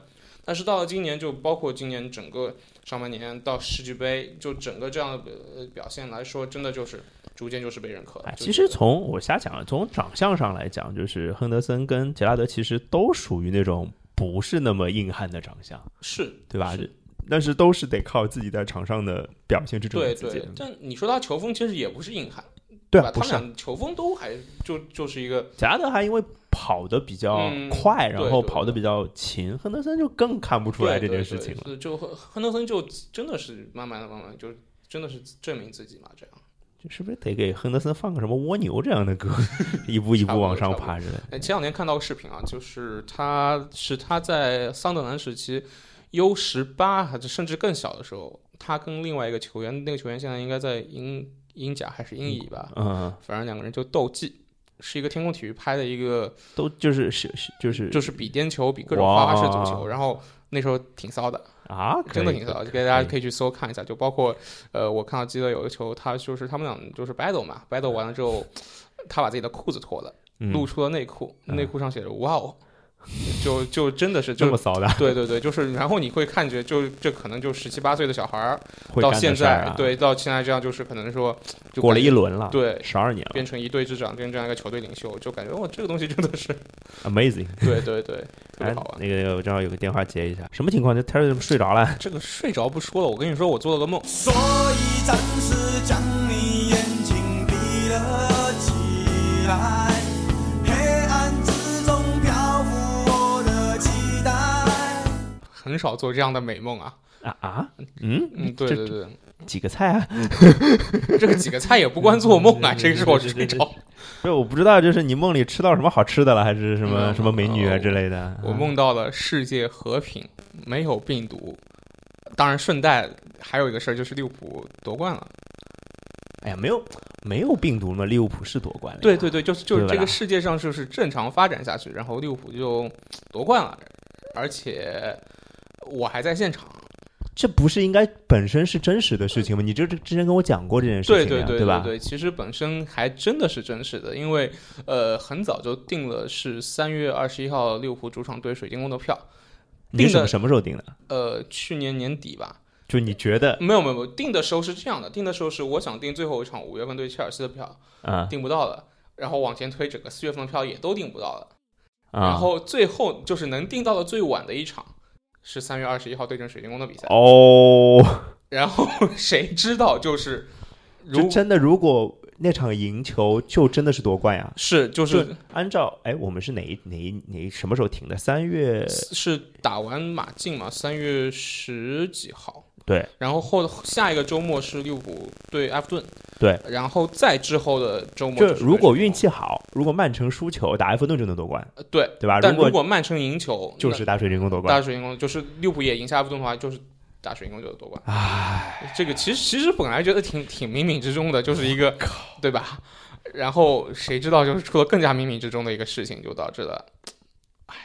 [SPEAKER 2] 但是到了今年，就包括今年整个上半年到世俱杯，就整个这样的表呃表现来说，真的就是逐渐就是被认可了
[SPEAKER 1] 哎，。
[SPEAKER 2] 就
[SPEAKER 1] 其
[SPEAKER 2] 觉
[SPEAKER 1] 实
[SPEAKER 2] 得
[SPEAKER 1] 从我瞎讲了，从长相上来讲，就是亨德森跟杰拉德其实都属于那种不是那么硬汉的长相，
[SPEAKER 2] 是
[SPEAKER 1] 对吧
[SPEAKER 2] 是？
[SPEAKER 1] 但是都是得靠自己在场上的表现去证
[SPEAKER 2] 对
[SPEAKER 1] 明自己
[SPEAKER 2] 对
[SPEAKER 1] 的。，
[SPEAKER 2] 但你说他球风其实也不是硬汉，
[SPEAKER 1] 对
[SPEAKER 2] 吧？
[SPEAKER 1] 啊，不
[SPEAKER 2] 他们
[SPEAKER 1] 是啊
[SPEAKER 2] 俩球风都还就就是一个
[SPEAKER 1] 杰拉德还因为跑得比较
[SPEAKER 2] 嗯
[SPEAKER 1] 快，
[SPEAKER 2] 对
[SPEAKER 1] 然后
[SPEAKER 2] 对
[SPEAKER 1] 跑得比较勤，亨德森就更看不出来这件事情了。
[SPEAKER 2] 了。就亨亨德森就真的是慢慢的、慢慢地就真的是证明自己嘛，这样。
[SPEAKER 1] 是不是得给亨德森放个什么蜗牛这样的歌， (laughs) 一步一
[SPEAKER 2] 差
[SPEAKER 1] 步
[SPEAKER 2] 不多
[SPEAKER 1] 往上
[SPEAKER 2] 差不多
[SPEAKER 1] 爬之类的？
[SPEAKER 2] 哎，前两天看到个视频啊，就是他是他在桑德兰时期 U 十八还是甚至更小的时候，他跟另外一个球员，那个球员现在应该在英英甲还是英乙吧，
[SPEAKER 1] 嗯，
[SPEAKER 2] 反正两个人就斗技。是一个天空体育拍的一个，
[SPEAKER 1] 都就是是是就是
[SPEAKER 2] 就是比颠球，比各种花花式足球，
[SPEAKER 1] 哇
[SPEAKER 2] 然后那时候挺骚的，
[SPEAKER 1] 啊，可
[SPEAKER 2] 真的
[SPEAKER 1] 以
[SPEAKER 2] 挺骚，就给大家
[SPEAKER 1] 可
[SPEAKER 2] 可以去搜看一下。就包括呃，我看到记得有一个球，他就是他们俩就是 battle 嘛，battle 完了之后，他把自己的裤子脱了，
[SPEAKER 1] 嗯
[SPEAKER 2] 露出了内裤，
[SPEAKER 1] 嗯
[SPEAKER 2] 内裤上写着“哇哦”，就 (laughs) 就真的是
[SPEAKER 1] 这
[SPEAKER 2] 就
[SPEAKER 1] 么骚的，
[SPEAKER 2] 对对对，就是然后你会看觉就这可能就十七八岁的小孩儿
[SPEAKER 1] 会
[SPEAKER 2] 到
[SPEAKER 1] 干的
[SPEAKER 2] 现
[SPEAKER 1] 事儿
[SPEAKER 2] 在、
[SPEAKER 1] 啊
[SPEAKER 2] 对到现在这样就是可能说就
[SPEAKER 1] 过了
[SPEAKER 2] 感
[SPEAKER 1] 一
[SPEAKER 2] 觉
[SPEAKER 1] 轮了，，
[SPEAKER 2] 对。
[SPEAKER 1] 十二年了
[SPEAKER 2] 变成一队之长，变成这样一个球队领袖，就感觉哇，哦这个东西真的是， (laughs)
[SPEAKER 1] ，amazing。
[SPEAKER 2] 对对对，特别
[SPEAKER 1] 哎
[SPEAKER 2] 好啊玩，。
[SPEAKER 1] 那个我正好有个电话接一下，什么情况？就 Terry 怎么睡着了？
[SPEAKER 2] 这个睡着不说了，我跟你说，我做了个梦，
[SPEAKER 3] 所以暂时将你眼睛闭了起来，黑暗之中漂浮我的期待。
[SPEAKER 2] 很少做这样的美梦啊。
[SPEAKER 1] 啊啊，嗯
[SPEAKER 2] 嗯，对
[SPEAKER 1] 这
[SPEAKER 2] 对对，
[SPEAKER 1] 几个菜啊？
[SPEAKER 2] 这个几个菜也不关做梦
[SPEAKER 1] (laughs)
[SPEAKER 2] 啊，这个是我睡着。
[SPEAKER 1] 不是，我不知道，就是你梦里吃到什么好吃的了，还是什么
[SPEAKER 2] 嗯
[SPEAKER 1] 什么美女啊
[SPEAKER 2] 哦
[SPEAKER 1] 之类的？
[SPEAKER 2] 我梦到了世界和平，没有病毒。当然，顺带还有一个事儿就是利物浦夺冠了。
[SPEAKER 1] 哎呀，没有没有病毒嘛，利物浦是夺冠了呀。
[SPEAKER 2] 对对哎对，就是就是
[SPEAKER 1] 对吧
[SPEAKER 2] 这个世界上就是正常发展下去，然后利物浦就夺冠了，而且我还在现场。
[SPEAKER 1] 这不是应该本身是真实的事情吗？你这这之前跟我讲过这件事
[SPEAKER 2] 对
[SPEAKER 1] 情呀，
[SPEAKER 2] 啊对
[SPEAKER 1] 吧？
[SPEAKER 2] 对，其实本身还真的是真实的，因为呃很早就定了是三月二十一号利物浦主场对水晶宫的票，
[SPEAKER 1] 你是
[SPEAKER 2] 定
[SPEAKER 1] 什
[SPEAKER 2] 的
[SPEAKER 1] 么什么时候定的？
[SPEAKER 2] 呃去年年底吧，
[SPEAKER 1] 就你觉得
[SPEAKER 2] 没有没有没有，定的时候是这样的，定的时候是我想订最后一场五月份对切尔西的票，
[SPEAKER 1] 啊
[SPEAKER 2] 订不到了，然后往前推，整个四月份的票也都订不到了，
[SPEAKER 1] 啊？
[SPEAKER 2] 然后最后就是能订到的最晚的一场是三月二十一号对阵水晶宫的比赛，
[SPEAKER 1] 哦，
[SPEAKER 2] 然后 (laughs) 谁知道就是
[SPEAKER 1] 就
[SPEAKER 2] 如
[SPEAKER 1] 真的如果那场赢球，就真的是夺冠呀？
[SPEAKER 2] 是就
[SPEAKER 1] 就是按照哎，我们是哪一哪一哪一什么时候停的？三月
[SPEAKER 2] 是打完马竞嘛，三月十几号。
[SPEAKER 1] 对，
[SPEAKER 2] 然后后下一个周末是利物浦对埃弗顿，
[SPEAKER 1] 对，
[SPEAKER 2] 然后再之后的周末
[SPEAKER 1] 就是如果
[SPEAKER 2] 对水晶
[SPEAKER 1] 运
[SPEAKER 2] 宫
[SPEAKER 1] 气好，如果曼城输球，打埃弗顿就能夺冠，
[SPEAKER 2] 呃对，
[SPEAKER 1] 对吧？
[SPEAKER 2] 但
[SPEAKER 1] 啊果
[SPEAKER 2] 如果曼城赢球，
[SPEAKER 1] 就
[SPEAKER 2] 那
[SPEAKER 1] 是打水晶宫夺
[SPEAKER 2] 打
[SPEAKER 1] 冠，
[SPEAKER 2] 水晶宫，就是利物浦也赢下埃弗顿的话，就是打水晶宫就夺冠。唉，这个其实其实本来觉得挺挺冥冥之中的，就是
[SPEAKER 1] (laughs)
[SPEAKER 2] 一个对吧？然后谁知道就是出了更加冥冥之中的一个事情，就导致了。唉，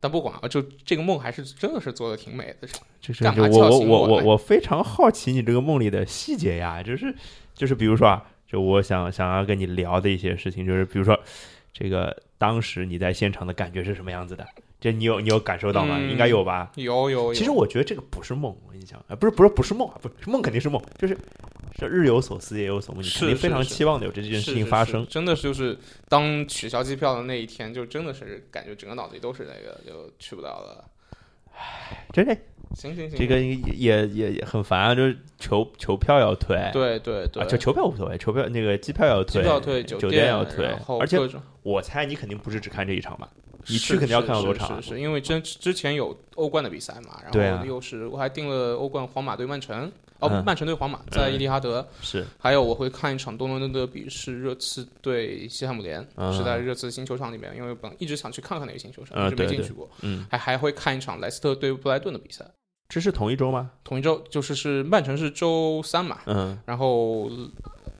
[SPEAKER 2] 但不管啊，就这个梦还是真的是做的挺美的。
[SPEAKER 1] 这是
[SPEAKER 2] 干
[SPEAKER 1] 就
[SPEAKER 2] 嘛
[SPEAKER 1] 我
[SPEAKER 2] 叫
[SPEAKER 1] 我
[SPEAKER 2] 醒
[SPEAKER 1] 我
[SPEAKER 2] 我
[SPEAKER 1] 我
[SPEAKER 2] 呢
[SPEAKER 1] 我非常好奇你这个梦里的细节呀，就是就是比如说啊，就我想想要跟你聊的一些事情，就是比如说这个当时你在现场的感觉是什么样子的，这你有你有感受到吗？
[SPEAKER 2] 嗯
[SPEAKER 1] 应该有吧？
[SPEAKER 2] 有有有，
[SPEAKER 1] 其实我觉得这个不是梦，我跟你讲，啊，不是不是不是梦啊，不是梦肯定是梦，就是是日有所思夜有所梦，你肯
[SPEAKER 2] 是
[SPEAKER 1] 定非
[SPEAKER 2] 是
[SPEAKER 1] 常
[SPEAKER 2] 是
[SPEAKER 1] 期望的有这件
[SPEAKER 2] 是
[SPEAKER 1] 事
[SPEAKER 2] 是
[SPEAKER 1] 情发
[SPEAKER 2] 是
[SPEAKER 1] 生。
[SPEAKER 2] 真的是就是当取消机票的那一天，就真的是感觉整个脑子里都是那个，就去不了了。
[SPEAKER 1] 真的，
[SPEAKER 2] 行行行，
[SPEAKER 1] 这个也也也也很烦啊，就是球球票要退，
[SPEAKER 2] 对对对，
[SPEAKER 1] 啊，球球票无所谓，球票那个机票要
[SPEAKER 2] 机
[SPEAKER 1] 退，
[SPEAKER 2] 票退，
[SPEAKER 1] 酒
[SPEAKER 2] 店
[SPEAKER 1] 要退
[SPEAKER 2] 然后，
[SPEAKER 1] 而且
[SPEAKER 2] 各种
[SPEAKER 1] 我猜你肯定不是只看这一场吧？你
[SPEAKER 2] 是
[SPEAKER 1] 去肯定要
[SPEAKER 2] 是
[SPEAKER 1] 看到
[SPEAKER 2] 是
[SPEAKER 1] 多场啊
[SPEAKER 2] 是是因为之之前有欧冠的比赛嘛，
[SPEAKER 1] 对
[SPEAKER 2] 然
[SPEAKER 1] 啊
[SPEAKER 2] 后又是我还订了欧冠皇马对曼城，哦，
[SPEAKER 1] 嗯
[SPEAKER 2] 曼城对皇马在伊利哈德，
[SPEAKER 1] 是
[SPEAKER 2] 还有我会看一场东伦敦德比，是热刺对西汉姆联，
[SPEAKER 1] 啊
[SPEAKER 2] 是在热刺新球场里面，因为本一直想去看看那个新球场，
[SPEAKER 1] 啊
[SPEAKER 2] 一直
[SPEAKER 1] 对
[SPEAKER 2] 没进
[SPEAKER 1] 对
[SPEAKER 2] 去过，
[SPEAKER 1] 嗯，
[SPEAKER 2] 还还会看一场莱斯特对布莱顿的比赛，
[SPEAKER 1] 这是同一周吗？
[SPEAKER 2] 同一周就是是曼城是周三嘛，
[SPEAKER 1] 嗯，
[SPEAKER 2] 然后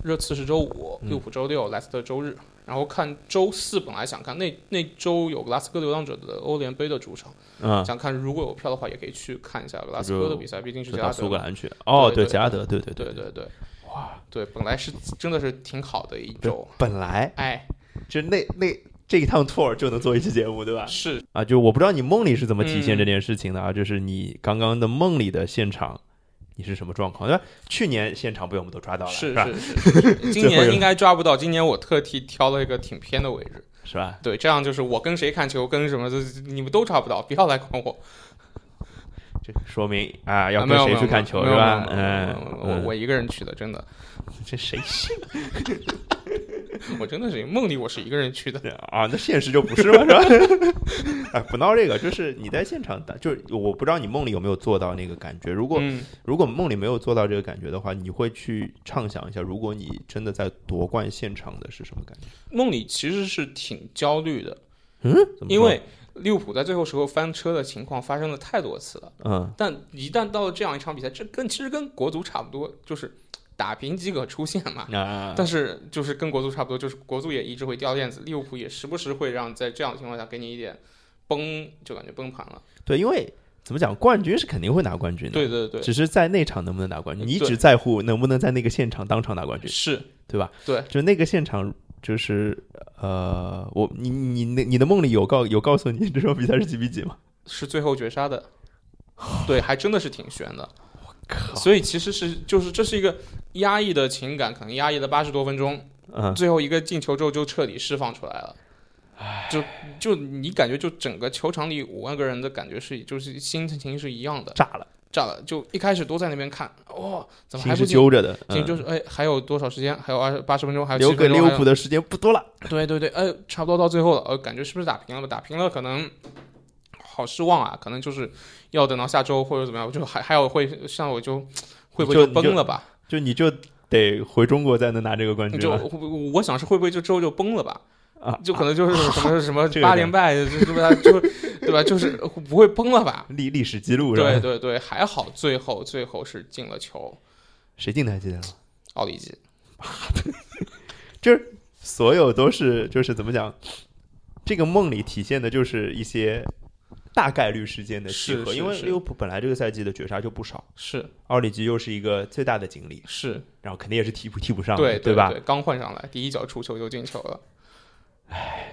[SPEAKER 2] 热刺是周五，利物浦周六，莱斯特周日。然后看周四，本来想看那那周有格拉斯哥流浪者的欧联杯的主场，
[SPEAKER 1] 嗯，
[SPEAKER 2] 想看如果有票的话，也可以去看一下格拉斯哥的比赛，毕竟是
[SPEAKER 1] 就
[SPEAKER 2] 加
[SPEAKER 1] 到
[SPEAKER 2] 拉
[SPEAKER 1] 苏
[SPEAKER 2] 德
[SPEAKER 1] 格
[SPEAKER 2] 嘛。
[SPEAKER 1] 兰去了。哦，
[SPEAKER 2] 对对
[SPEAKER 1] 杰拉德，对对
[SPEAKER 2] 对
[SPEAKER 1] 对
[SPEAKER 2] 对对，哇，对，本来是真的是挺好的一周
[SPEAKER 1] 对，，本来
[SPEAKER 2] 哎，
[SPEAKER 1] 就那那这一趟 tour 就能做一期节目，对吧？
[SPEAKER 2] 是
[SPEAKER 1] 啊，就我不知道你梦里是怎么体现
[SPEAKER 2] 嗯
[SPEAKER 1] 这件事情的啊，就是你刚刚的梦里的现场，你是什么状况？对吧？去年现场被我们都抓到了，
[SPEAKER 2] 是
[SPEAKER 1] 吧？
[SPEAKER 2] 是
[SPEAKER 1] (laughs)
[SPEAKER 2] 是是，今
[SPEAKER 1] 最后
[SPEAKER 2] 年
[SPEAKER 1] 一
[SPEAKER 2] 应该抓不到，今年我特地挑了一个挺偏的位置，
[SPEAKER 1] 是吧？
[SPEAKER 2] 对，这样就是我跟谁看球，跟什么的，你们都抓不到，不要来管我，
[SPEAKER 1] 这说明啊，要
[SPEAKER 2] 啊没
[SPEAKER 1] 跟
[SPEAKER 2] 有
[SPEAKER 1] 谁
[SPEAKER 2] 没有
[SPEAKER 1] 去看球
[SPEAKER 2] 没
[SPEAKER 1] 是
[SPEAKER 2] 有
[SPEAKER 1] 吧？
[SPEAKER 2] 没有没有
[SPEAKER 1] 嗯
[SPEAKER 2] 没有，没有我
[SPEAKER 1] 嗯
[SPEAKER 2] 我一个人去的，真的， (laughs)
[SPEAKER 1] 这谁信
[SPEAKER 2] 我真的是梦里我是一个人去的，
[SPEAKER 1] 啊？那现实就不是了，是吧？ (laughs) 哎，不闹这个，就是你在现场打，就是我不知道你梦里有没有做到那个感觉。如果
[SPEAKER 2] 嗯
[SPEAKER 1] 如果梦里没有做到这个感觉的话，你会去畅想一下，如果你真的在夺冠现场的是什么感觉？
[SPEAKER 2] 梦里其实是挺焦虑的，
[SPEAKER 1] 嗯，怎么说
[SPEAKER 2] 因为利物浦在最后时候翻车的情况发生了太多次了。
[SPEAKER 1] 嗯
[SPEAKER 2] 但一旦到了这样一场比赛，这跟其实跟国足差不多，就是打平即可出线嘛。
[SPEAKER 1] 啊，
[SPEAKER 2] 但是就是跟国足差不多，就是国足也一直会掉链子，利物浦也时不时会让在这样的情况下给你一点崩，就感觉崩盘了。
[SPEAKER 1] 对，因为怎么讲，冠军是肯定会拿冠军的，
[SPEAKER 2] 对对对，
[SPEAKER 1] 只是在那场能不能拿冠军，你
[SPEAKER 2] 对
[SPEAKER 1] 只在乎能不能在那个现场当场拿冠军，
[SPEAKER 2] 是
[SPEAKER 1] 对吧？
[SPEAKER 2] 对
[SPEAKER 1] 就那个现场。就是呃，我你你你你的梦里有告有告诉你这场比赛是几比几吗？
[SPEAKER 2] 是最后绝杀 (sighs) 的，对，还真的是挺悬的。所以其实是就是这是一个压抑的情感，可能压抑了八十多分钟，
[SPEAKER 1] 嗯，
[SPEAKER 2] 最后一个进球之后就彻底释放出来了。就就你感觉就整个球场里五万个人的感觉是就是心情是一样的，
[SPEAKER 1] 炸了，
[SPEAKER 2] 炸了！就一开始都在那边看，哦，怎么
[SPEAKER 1] 心
[SPEAKER 2] 还不
[SPEAKER 1] 是
[SPEAKER 2] 进？
[SPEAKER 1] 揪着的，
[SPEAKER 2] 心
[SPEAKER 1] 嗯
[SPEAKER 2] 就是哎，还有多少时间？还有二八十分钟，还有
[SPEAKER 1] 留
[SPEAKER 2] 70
[SPEAKER 1] 给
[SPEAKER 2] 分
[SPEAKER 1] 利
[SPEAKER 2] 钟
[SPEAKER 1] 物
[SPEAKER 2] 还有
[SPEAKER 1] 浦的时间不多了。
[SPEAKER 2] 对对对，哎，差不多到最后了，呃，感觉是不是打平了吧？打平了可能好失望啊，可能就是要等到下周或者怎么样，就还还有会像我就会不会
[SPEAKER 1] 就
[SPEAKER 2] 就
[SPEAKER 1] 你
[SPEAKER 2] 崩
[SPEAKER 1] 就
[SPEAKER 2] 了吧？
[SPEAKER 1] 就你就得回中国才能拿这个冠军
[SPEAKER 2] 就
[SPEAKER 1] 了
[SPEAKER 2] 我我想是会不会就之后就崩了吧？
[SPEAKER 1] 啊！
[SPEAKER 2] 就可能就是
[SPEAKER 1] (laughs)
[SPEAKER 2] 什么什么
[SPEAKER 1] 这个
[SPEAKER 2] 八
[SPEAKER 1] 有
[SPEAKER 2] 连败，就是吧？就对吧？就是不会崩了吧？
[SPEAKER 1] 历历史记录是吧？
[SPEAKER 2] 对对对，还好最后最后是进了球，
[SPEAKER 1] 谁进的还记得吗？
[SPEAKER 2] 奥里吉。
[SPEAKER 1] 就是所有都是就是怎么讲，这个梦里体现的就是一些大概率事件的契
[SPEAKER 2] 是
[SPEAKER 1] 合，
[SPEAKER 2] 是
[SPEAKER 1] 因为
[SPEAKER 2] 是
[SPEAKER 1] 利物浦本来这个赛季的绝杀就不少，
[SPEAKER 2] 是
[SPEAKER 1] 奥里吉又是一个最大的经历，
[SPEAKER 2] 是，
[SPEAKER 1] 然后肯定也是替补替补上的，
[SPEAKER 2] 对
[SPEAKER 1] 吧？
[SPEAKER 2] 对，刚换上来，第一脚出球就进球了，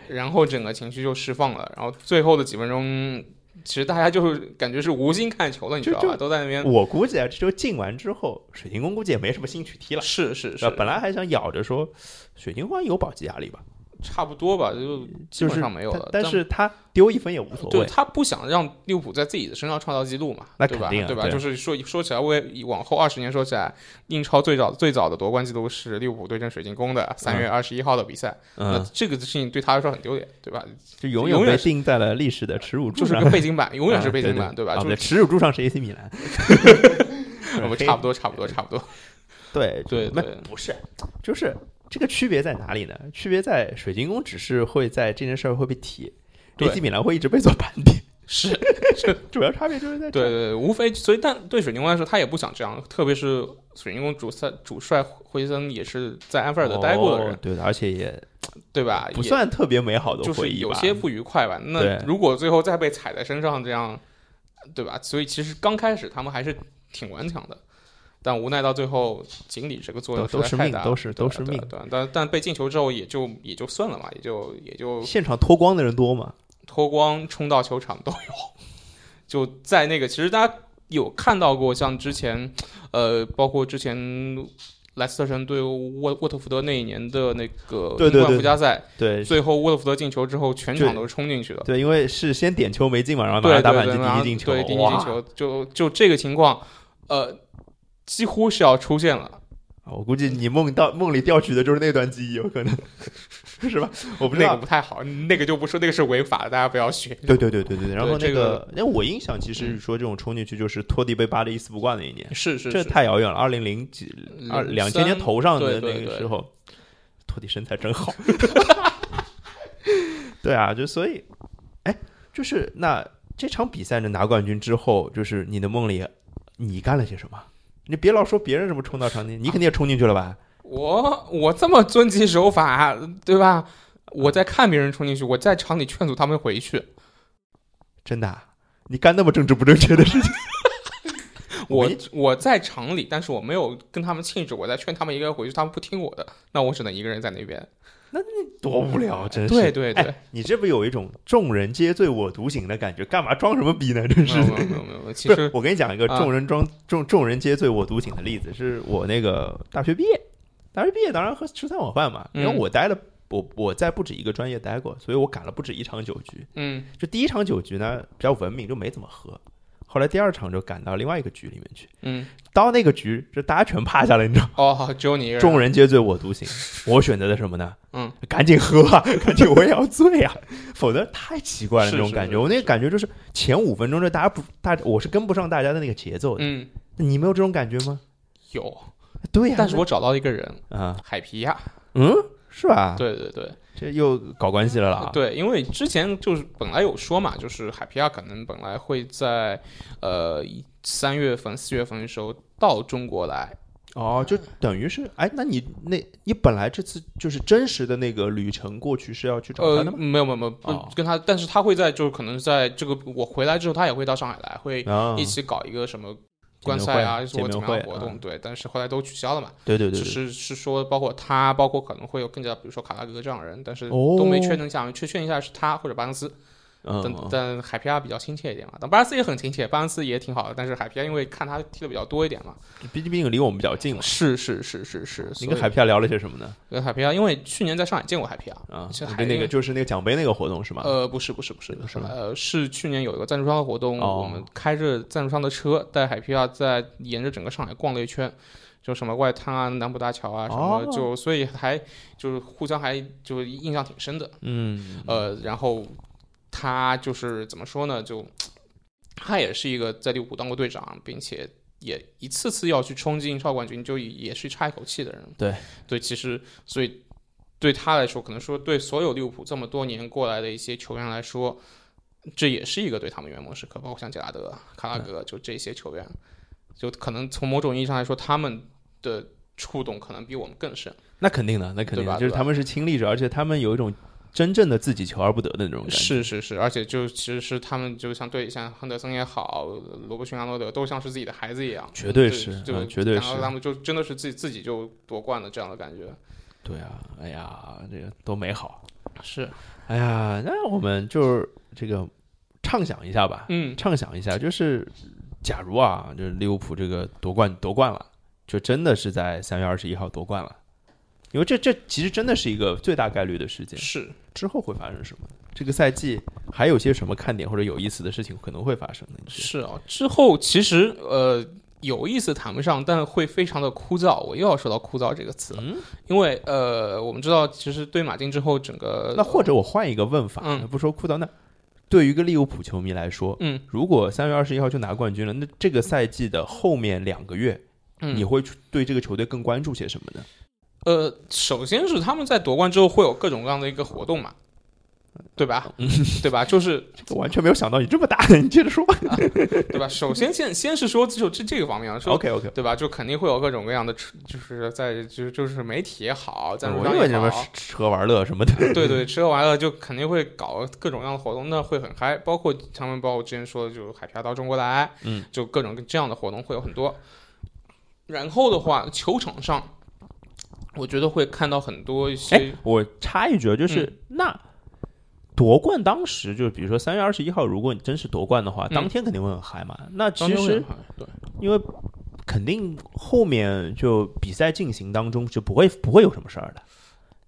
[SPEAKER 2] 然后整个情绪就释放了，然后最后的几分钟，其实大家就是感觉是无心看球了，你知
[SPEAKER 1] 就
[SPEAKER 2] 道吧？
[SPEAKER 1] 就
[SPEAKER 2] 都在那边
[SPEAKER 1] 我估计啊，这就进完之后，水晶宫估计也没什么兴趣踢了。
[SPEAKER 2] 是是
[SPEAKER 1] 是吧
[SPEAKER 2] 是，
[SPEAKER 1] 本来还想咬着说，水晶宫有保级压力吧，
[SPEAKER 2] 差不多吧，就基
[SPEAKER 1] 就
[SPEAKER 2] 本
[SPEAKER 1] 是
[SPEAKER 2] 上没有
[SPEAKER 1] 他
[SPEAKER 2] 了。
[SPEAKER 1] 但是他丢一分也无所
[SPEAKER 2] 对
[SPEAKER 1] 谓，
[SPEAKER 2] 他不想让利物浦在自己的身上创造记录嘛，
[SPEAKER 1] 那
[SPEAKER 2] 对吧？
[SPEAKER 1] 肯定啊
[SPEAKER 2] 对吧？
[SPEAKER 1] 对啊
[SPEAKER 2] 就是说说起来，为往后二十年说起来，英超最早最早的夺冠记录是利物浦对阵水晶宫的三月二十一号的比赛，那
[SPEAKER 1] 嗯，
[SPEAKER 2] 这个事情对他来说很丢脸，对吧？
[SPEAKER 1] 就永
[SPEAKER 2] 永
[SPEAKER 1] 远被
[SPEAKER 2] 远是
[SPEAKER 1] 钉在了历史的耻辱柱
[SPEAKER 2] 就是
[SPEAKER 1] 上
[SPEAKER 2] 个，背
[SPEAKER 1] (laughs)
[SPEAKER 2] 景板，永远是
[SPEAKER 1] 啊
[SPEAKER 2] 背景板，对吧？
[SPEAKER 1] 啊
[SPEAKER 2] 就
[SPEAKER 1] 对，耻辱柱上是 AC 米兰，
[SPEAKER 2] (laughs)
[SPEAKER 1] (laughs)
[SPEAKER 2] 我们
[SPEAKER 1] 黑
[SPEAKER 2] 差不多，差不多，差不多。
[SPEAKER 1] 对
[SPEAKER 2] 对
[SPEAKER 1] 没
[SPEAKER 2] 对
[SPEAKER 1] 不是，就是这个区别在哪里呢？区别在水晶宫只是会在这件事儿会被提
[SPEAKER 2] 对
[SPEAKER 1] ，AC 米兰会一直被做盘点，
[SPEAKER 2] 是，
[SPEAKER 1] 主要差别就是在
[SPEAKER 2] 对对
[SPEAKER 1] 这儿
[SPEAKER 2] 对，无非所以，但对水晶宫来说，他也不想这样，特别是水晶宫主帅主帅辉森也是在安菲尔德待过的人，
[SPEAKER 1] 哦对的，而且也
[SPEAKER 2] 对吧？
[SPEAKER 1] 不
[SPEAKER 2] 也
[SPEAKER 1] 算特别美好的
[SPEAKER 2] 就是
[SPEAKER 1] 回忆
[SPEAKER 2] 有
[SPEAKER 1] 吧。
[SPEAKER 2] 些不愉快吧。
[SPEAKER 1] 对
[SPEAKER 2] 那如果最后再被踩在身上，这样，对吧？所以其实刚开始他们还是挺顽强的，但无奈到最后，锦鲤这个作用
[SPEAKER 1] 都都
[SPEAKER 2] 实
[SPEAKER 1] 是
[SPEAKER 2] 在太
[SPEAKER 1] 命
[SPEAKER 2] 大，了，
[SPEAKER 1] 都是
[SPEAKER 2] 对
[SPEAKER 1] 都
[SPEAKER 2] 吧
[SPEAKER 1] 是
[SPEAKER 2] 对啊
[SPEAKER 1] 命
[SPEAKER 2] 吧。对吧但但被进球之后，也就也就算了嘛，也就也就
[SPEAKER 1] 现场脱光的人多嘛？
[SPEAKER 2] 脱光冲到球场都有，就在那个，其实大家有看到过，像之前，呃，包括之前莱斯特城对沃沃特福德那一年的那个
[SPEAKER 1] 对对
[SPEAKER 2] 英冠
[SPEAKER 1] 对
[SPEAKER 2] 附加赛，
[SPEAKER 1] 对
[SPEAKER 2] 最后沃特福德进球之后，全场都是冲进去的，
[SPEAKER 1] 对，因为是先点球没进嘛，然后马
[SPEAKER 2] 对
[SPEAKER 1] 上
[SPEAKER 2] 对
[SPEAKER 1] 打反
[SPEAKER 2] 对，
[SPEAKER 1] 击
[SPEAKER 2] 然
[SPEAKER 1] 第
[SPEAKER 2] 后
[SPEAKER 1] 一进球，
[SPEAKER 2] 对第一进
[SPEAKER 1] 哇
[SPEAKER 2] 球，就就这个情况，呃，几乎是要出现了。
[SPEAKER 1] 啊我估计你梦到梦里调取的就是那段记忆，有可能 (laughs) 是吧？我不知
[SPEAKER 2] 那个
[SPEAKER 1] 道
[SPEAKER 2] 不。太好，那个就不说，那个是违法的，大家不
[SPEAKER 1] (laughs)
[SPEAKER 2] 要学。
[SPEAKER 1] 对对对对对，然后
[SPEAKER 2] 对
[SPEAKER 1] 那
[SPEAKER 2] 这个
[SPEAKER 1] 个，那我印象其实说这种冲进去就是托蒂被巴黎一丝不挂那一年，
[SPEAKER 2] 是是
[SPEAKER 1] 这
[SPEAKER 2] 是，
[SPEAKER 1] 太遥远了，二零零几二两千年头上的
[SPEAKER 2] 对
[SPEAKER 1] 那
[SPEAKER 2] 对
[SPEAKER 1] 个
[SPEAKER 2] 对
[SPEAKER 1] 时候，托蒂身材真好。 (laughs) 对啊，就所以，哎，就是那这场比赛呢拿冠军之后，就是你的梦里你干了些什么？你别老说别人什么冲到场景，你肯定也冲进去了吧？
[SPEAKER 2] 我我这么遵纪守法，对吧？我在看别人冲进去，我在场里劝阻他们回去。
[SPEAKER 1] 真的啊，你干那么政治不正确的事
[SPEAKER 2] (laughs)
[SPEAKER 1] 情，
[SPEAKER 2] 我
[SPEAKER 1] 没
[SPEAKER 2] 我在场里，但是我没有跟他们庆祝，我在劝他们一个人回去，他们不听我的，那我只能一个人在那边。
[SPEAKER 1] 多无聊，真是。
[SPEAKER 2] 对对对，
[SPEAKER 1] 哎，你这不有一种众人皆醉我独醒的感觉？干嘛装什么逼呢？真
[SPEAKER 2] 没
[SPEAKER 1] 是
[SPEAKER 2] 有
[SPEAKER 1] 的。
[SPEAKER 2] 没有没有没有，嗯其
[SPEAKER 1] 不
[SPEAKER 2] 实
[SPEAKER 1] 是，我跟你讲一个
[SPEAKER 2] 啊
[SPEAKER 1] 众人装众众人皆醉我独醒的例子，是我那个大学毕业，大学毕业当然喝吃三碗饭嘛，因
[SPEAKER 2] 嗯
[SPEAKER 1] 为我待了。我我在不止一个专业待过，所以我赶了不止一场酒局。
[SPEAKER 2] 嗯
[SPEAKER 1] 就第一场酒局呢比较文明，就没怎么喝。后来第二场就赶到另外一个局里面去，
[SPEAKER 2] 嗯，
[SPEAKER 1] 到那个局就大家全趴下了，你知道吗，
[SPEAKER 2] 哦，好只有你一个人。
[SPEAKER 1] 众人皆醉我独醒。我选择的什么呢？
[SPEAKER 2] 嗯，
[SPEAKER 1] 赶紧喝 (laughs) 啊，赶紧我也要醉啊， (laughs) 否则太奇怪了那
[SPEAKER 2] 是
[SPEAKER 1] 种
[SPEAKER 2] 是
[SPEAKER 1] 感觉。
[SPEAKER 2] 是
[SPEAKER 1] 我那个感觉就是前五分钟就大家不大，我是跟不上大家的那个节奏的。
[SPEAKER 2] 嗯
[SPEAKER 1] 你没有这种感觉吗？
[SPEAKER 2] 有，
[SPEAKER 1] 对哎呀、
[SPEAKER 2] 但是我找到一个人，
[SPEAKER 1] 那啊，
[SPEAKER 2] 海皮亚。
[SPEAKER 1] 嗯，是吧？，
[SPEAKER 2] 对对对。
[SPEAKER 1] 这又搞关系了啦。，
[SPEAKER 2] 对，因为之前就是本来有说嘛，就是海皮亚可能本来会在呃一三月份、四月份的时候到中国来。
[SPEAKER 1] 哦，就等于是，哎，那你那你本来这次就是真实的那个旅程过去是要去找
[SPEAKER 2] 呃，
[SPEAKER 1] 他的吗？
[SPEAKER 2] 没有没有没有，不
[SPEAKER 1] 哦
[SPEAKER 2] 跟他，但是他会在就是可能在这个我回来之后，他也会到上海来，会
[SPEAKER 1] 啊，
[SPEAKER 2] 呃一起搞一个什么
[SPEAKER 1] 见
[SPEAKER 2] 观
[SPEAKER 1] 面
[SPEAKER 2] 赛啊，
[SPEAKER 1] 会
[SPEAKER 2] 或者
[SPEAKER 1] 见
[SPEAKER 2] 怎
[SPEAKER 1] 面
[SPEAKER 2] 么
[SPEAKER 1] 会
[SPEAKER 2] 样的活动。
[SPEAKER 1] 啊
[SPEAKER 2] 对，但是后来都取消了嘛。
[SPEAKER 1] 对对对
[SPEAKER 2] 只
[SPEAKER 1] 对，
[SPEAKER 2] 是是说，包括他，包括可能会有更加，比如说卡拉格这样的人，但是
[SPEAKER 1] 哦
[SPEAKER 2] 都没确定下来，确确认一下是他或者巴恩斯。但
[SPEAKER 1] 嗯，
[SPEAKER 2] 但海皮亚比较亲切一点嘛，但巴恩斯也很亲切，巴恩斯也挺好的，但是海皮亚因为看他踢的比较多一点嘛，
[SPEAKER 1] 毕竟毕竟离我们比较近了。
[SPEAKER 2] 是是是是是，
[SPEAKER 1] 你跟
[SPEAKER 2] 所以
[SPEAKER 1] 海皮亚聊了些什么呢？
[SPEAKER 2] 跟海皮亚，因为去年在上海见过海皮亚
[SPEAKER 1] 啊，
[SPEAKER 2] 其实
[SPEAKER 1] 就
[SPEAKER 2] 海
[SPEAKER 1] 那
[SPEAKER 2] 因
[SPEAKER 1] 个
[SPEAKER 2] 为
[SPEAKER 1] 就是那个奖杯那个活动是吗？
[SPEAKER 2] 呃，不是不是不是
[SPEAKER 1] 不是吗
[SPEAKER 2] 呃，是去年有一个赞助商的活动，
[SPEAKER 1] 哦
[SPEAKER 2] 我们开着赞助商的车，带海皮亚啊在沿着整个上海逛了一圈，就什么外滩啊、南浦大桥啊什么，
[SPEAKER 1] 哦
[SPEAKER 2] 就所以还就是互相还就是印象挺深的。
[SPEAKER 1] 嗯，
[SPEAKER 2] 呃，然后他就是怎么说呢？就他也是一个在利物浦当过队长，并且也一次次要去冲击英超冠军，就也是差一口气的人。
[SPEAKER 1] 对
[SPEAKER 2] 对，其实所以对他来说，可能说对所有利物浦这么多年过来的一些球员来说，这也是一个对他们圆梦时刻，包括像杰拉德、卡拉格，就这些球员，就可能从某种意义上来说，他们的触动可能比我们更深。
[SPEAKER 1] 那肯定的，那肯定
[SPEAKER 2] 对吧
[SPEAKER 1] 的，就是
[SPEAKER 2] 对吧
[SPEAKER 1] 他们是亲历者，而且他们有一种真正的自己求而不得的那种感觉。
[SPEAKER 2] 是是是，而且就其实是他们就像对像亨德森也好，罗伯逊阿诺德都像是自己的孩子一样，
[SPEAKER 1] 绝对
[SPEAKER 2] 就是就
[SPEAKER 1] 嗯绝对
[SPEAKER 2] 然后
[SPEAKER 1] 是
[SPEAKER 2] 他们就真的是自己自己就夺冠了这样的感觉。
[SPEAKER 1] 对啊，哎呀，这个多美好！
[SPEAKER 2] 是，
[SPEAKER 1] 哎呀，那我们就是这个畅想一下吧，
[SPEAKER 2] 嗯
[SPEAKER 1] 畅想一下，就是假如啊，就是利物浦这个夺冠夺冠了，就真的是在三月二十一号夺冠了，因为这这其实真的是一个最大概率的事件。
[SPEAKER 2] 是，
[SPEAKER 1] 之后会发生什么？这个赛季还有些什么看点或者有意思的事情可能会发生呢？你觉得
[SPEAKER 2] 是啊，之后其实呃有意思谈不上，但会非常的枯燥。我又要说到枯燥这个词了，
[SPEAKER 1] 嗯
[SPEAKER 2] 因为呃我们知道，其实对马竞之后整个
[SPEAKER 1] 那或者我换一个问法，
[SPEAKER 2] 嗯
[SPEAKER 1] 不说哭到那，对于一个利物浦球迷来说，
[SPEAKER 2] 嗯
[SPEAKER 1] 如果三月二十一号就拿冠军了，那这个赛季的后面两个月，
[SPEAKER 2] 嗯
[SPEAKER 1] 你会对这个球队更关注些什么呢？
[SPEAKER 2] 呃，首先是他们在夺冠之后会有各种各样的一个活动嘛，对吧？
[SPEAKER 1] 嗯
[SPEAKER 2] 对吧？就是
[SPEAKER 1] 我完全没有想到你这么大的，你接着说吧。
[SPEAKER 2] 对吧？首先先先是说就这这个方面啊，说
[SPEAKER 1] OK OK，
[SPEAKER 2] 对吧？就肯定会有各种各样的吃，就是在就就是媒体也好，在
[SPEAKER 1] 嗯我以为你们 (laughs)
[SPEAKER 2] 好，
[SPEAKER 1] 吃喝玩乐什么的，
[SPEAKER 2] 对对，吃喝玩乐就肯定会搞各种各样的活动，那会很嗨。包括他们，包括我之前说的，就是海漂到中国来，
[SPEAKER 1] 嗯，
[SPEAKER 2] 就各种这样的活动会有很多。然后的话，球场上，我觉得会看到很多一
[SPEAKER 1] 哎
[SPEAKER 2] 些，，
[SPEAKER 1] 我插一句啊，就是、
[SPEAKER 2] 嗯
[SPEAKER 1] 那夺冠当时就是，比如说三月二十一号，如果你真是夺冠的话，
[SPEAKER 2] 嗯
[SPEAKER 1] 当天肯定会很嗨嘛。那
[SPEAKER 2] 当
[SPEAKER 1] 其
[SPEAKER 2] 天会
[SPEAKER 1] 实
[SPEAKER 2] 很嗨对。
[SPEAKER 1] 因为肯定后面就比赛进行当中就不会不会有什么事儿的。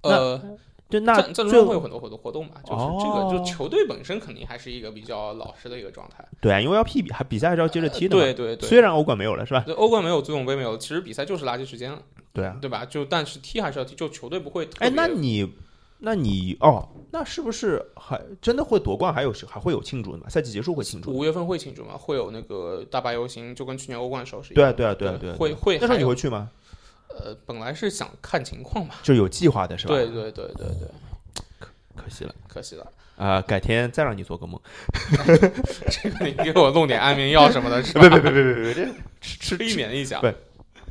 [SPEAKER 1] 那
[SPEAKER 2] 呃，
[SPEAKER 1] 就那
[SPEAKER 2] 赞赞助商会
[SPEAKER 1] 就
[SPEAKER 2] 有很多活动活动嘛，就是这个，
[SPEAKER 1] 哦
[SPEAKER 2] 就球队本身肯定还是一个比较老实的一个状态。
[SPEAKER 1] 对啊，因为要 P 比还比赛还是要接着踢的嘛。
[SPEAKER 2] 对呃对对，
[SPEAKER 1] 虽然欧冠没有了是吧？
[SPEAKER 2] 对欧冠没有，足总杯没有，其实比赛就是垃圾时间了，
[SPEAKER 1] 对啊。
[SPEAKER 2] 对吧？就但是踢还是要踢，就球队不会特别。
[SPEAKER 1] 哎，那你那你哦，那是不是还真的会夺冠？还有是还会有庆祝的嘛？赛季结束会庆祝的？
[SPEAKER 2] 五月份会庆祝吗？会有那个大巴游行，就跟去年欧冠的时候是一
[SPEAKER 1] 对
[SPEAKER 2] 样。
[SPEAKER 1] 啊对啊对啊对啊。
[SPEAKER 2] 会
[SPEAKER 1] 对啊
[SPEAKER 2] 会
[SPEAKER 1] 那时候
[SPEAKER 2] 还
[SPEAKER 1] 你
[SPEAKER 2] 有
[SPEAKER 1] 会去吗？
[SPEAKER 2] 呃，本来是想看情况嘛。
[SPEAKER 1] 就有计划的是吧？
[SPEAKER 2] 对，对对对对，
[SPEAKER 1] 可惜了
[SPEAKER 2] 可惜了， (laughs)
[SPEAKER 1] 啊、改天再让你做个梦。
[SPEAKER 2] 这个你给我弄点安眠药什么的，是吧？
[SPEAKER 1] 别别别别别别，啊这
[SPEAKER 2] 吃吃一免疫奖
[SPEAKER 1] 不，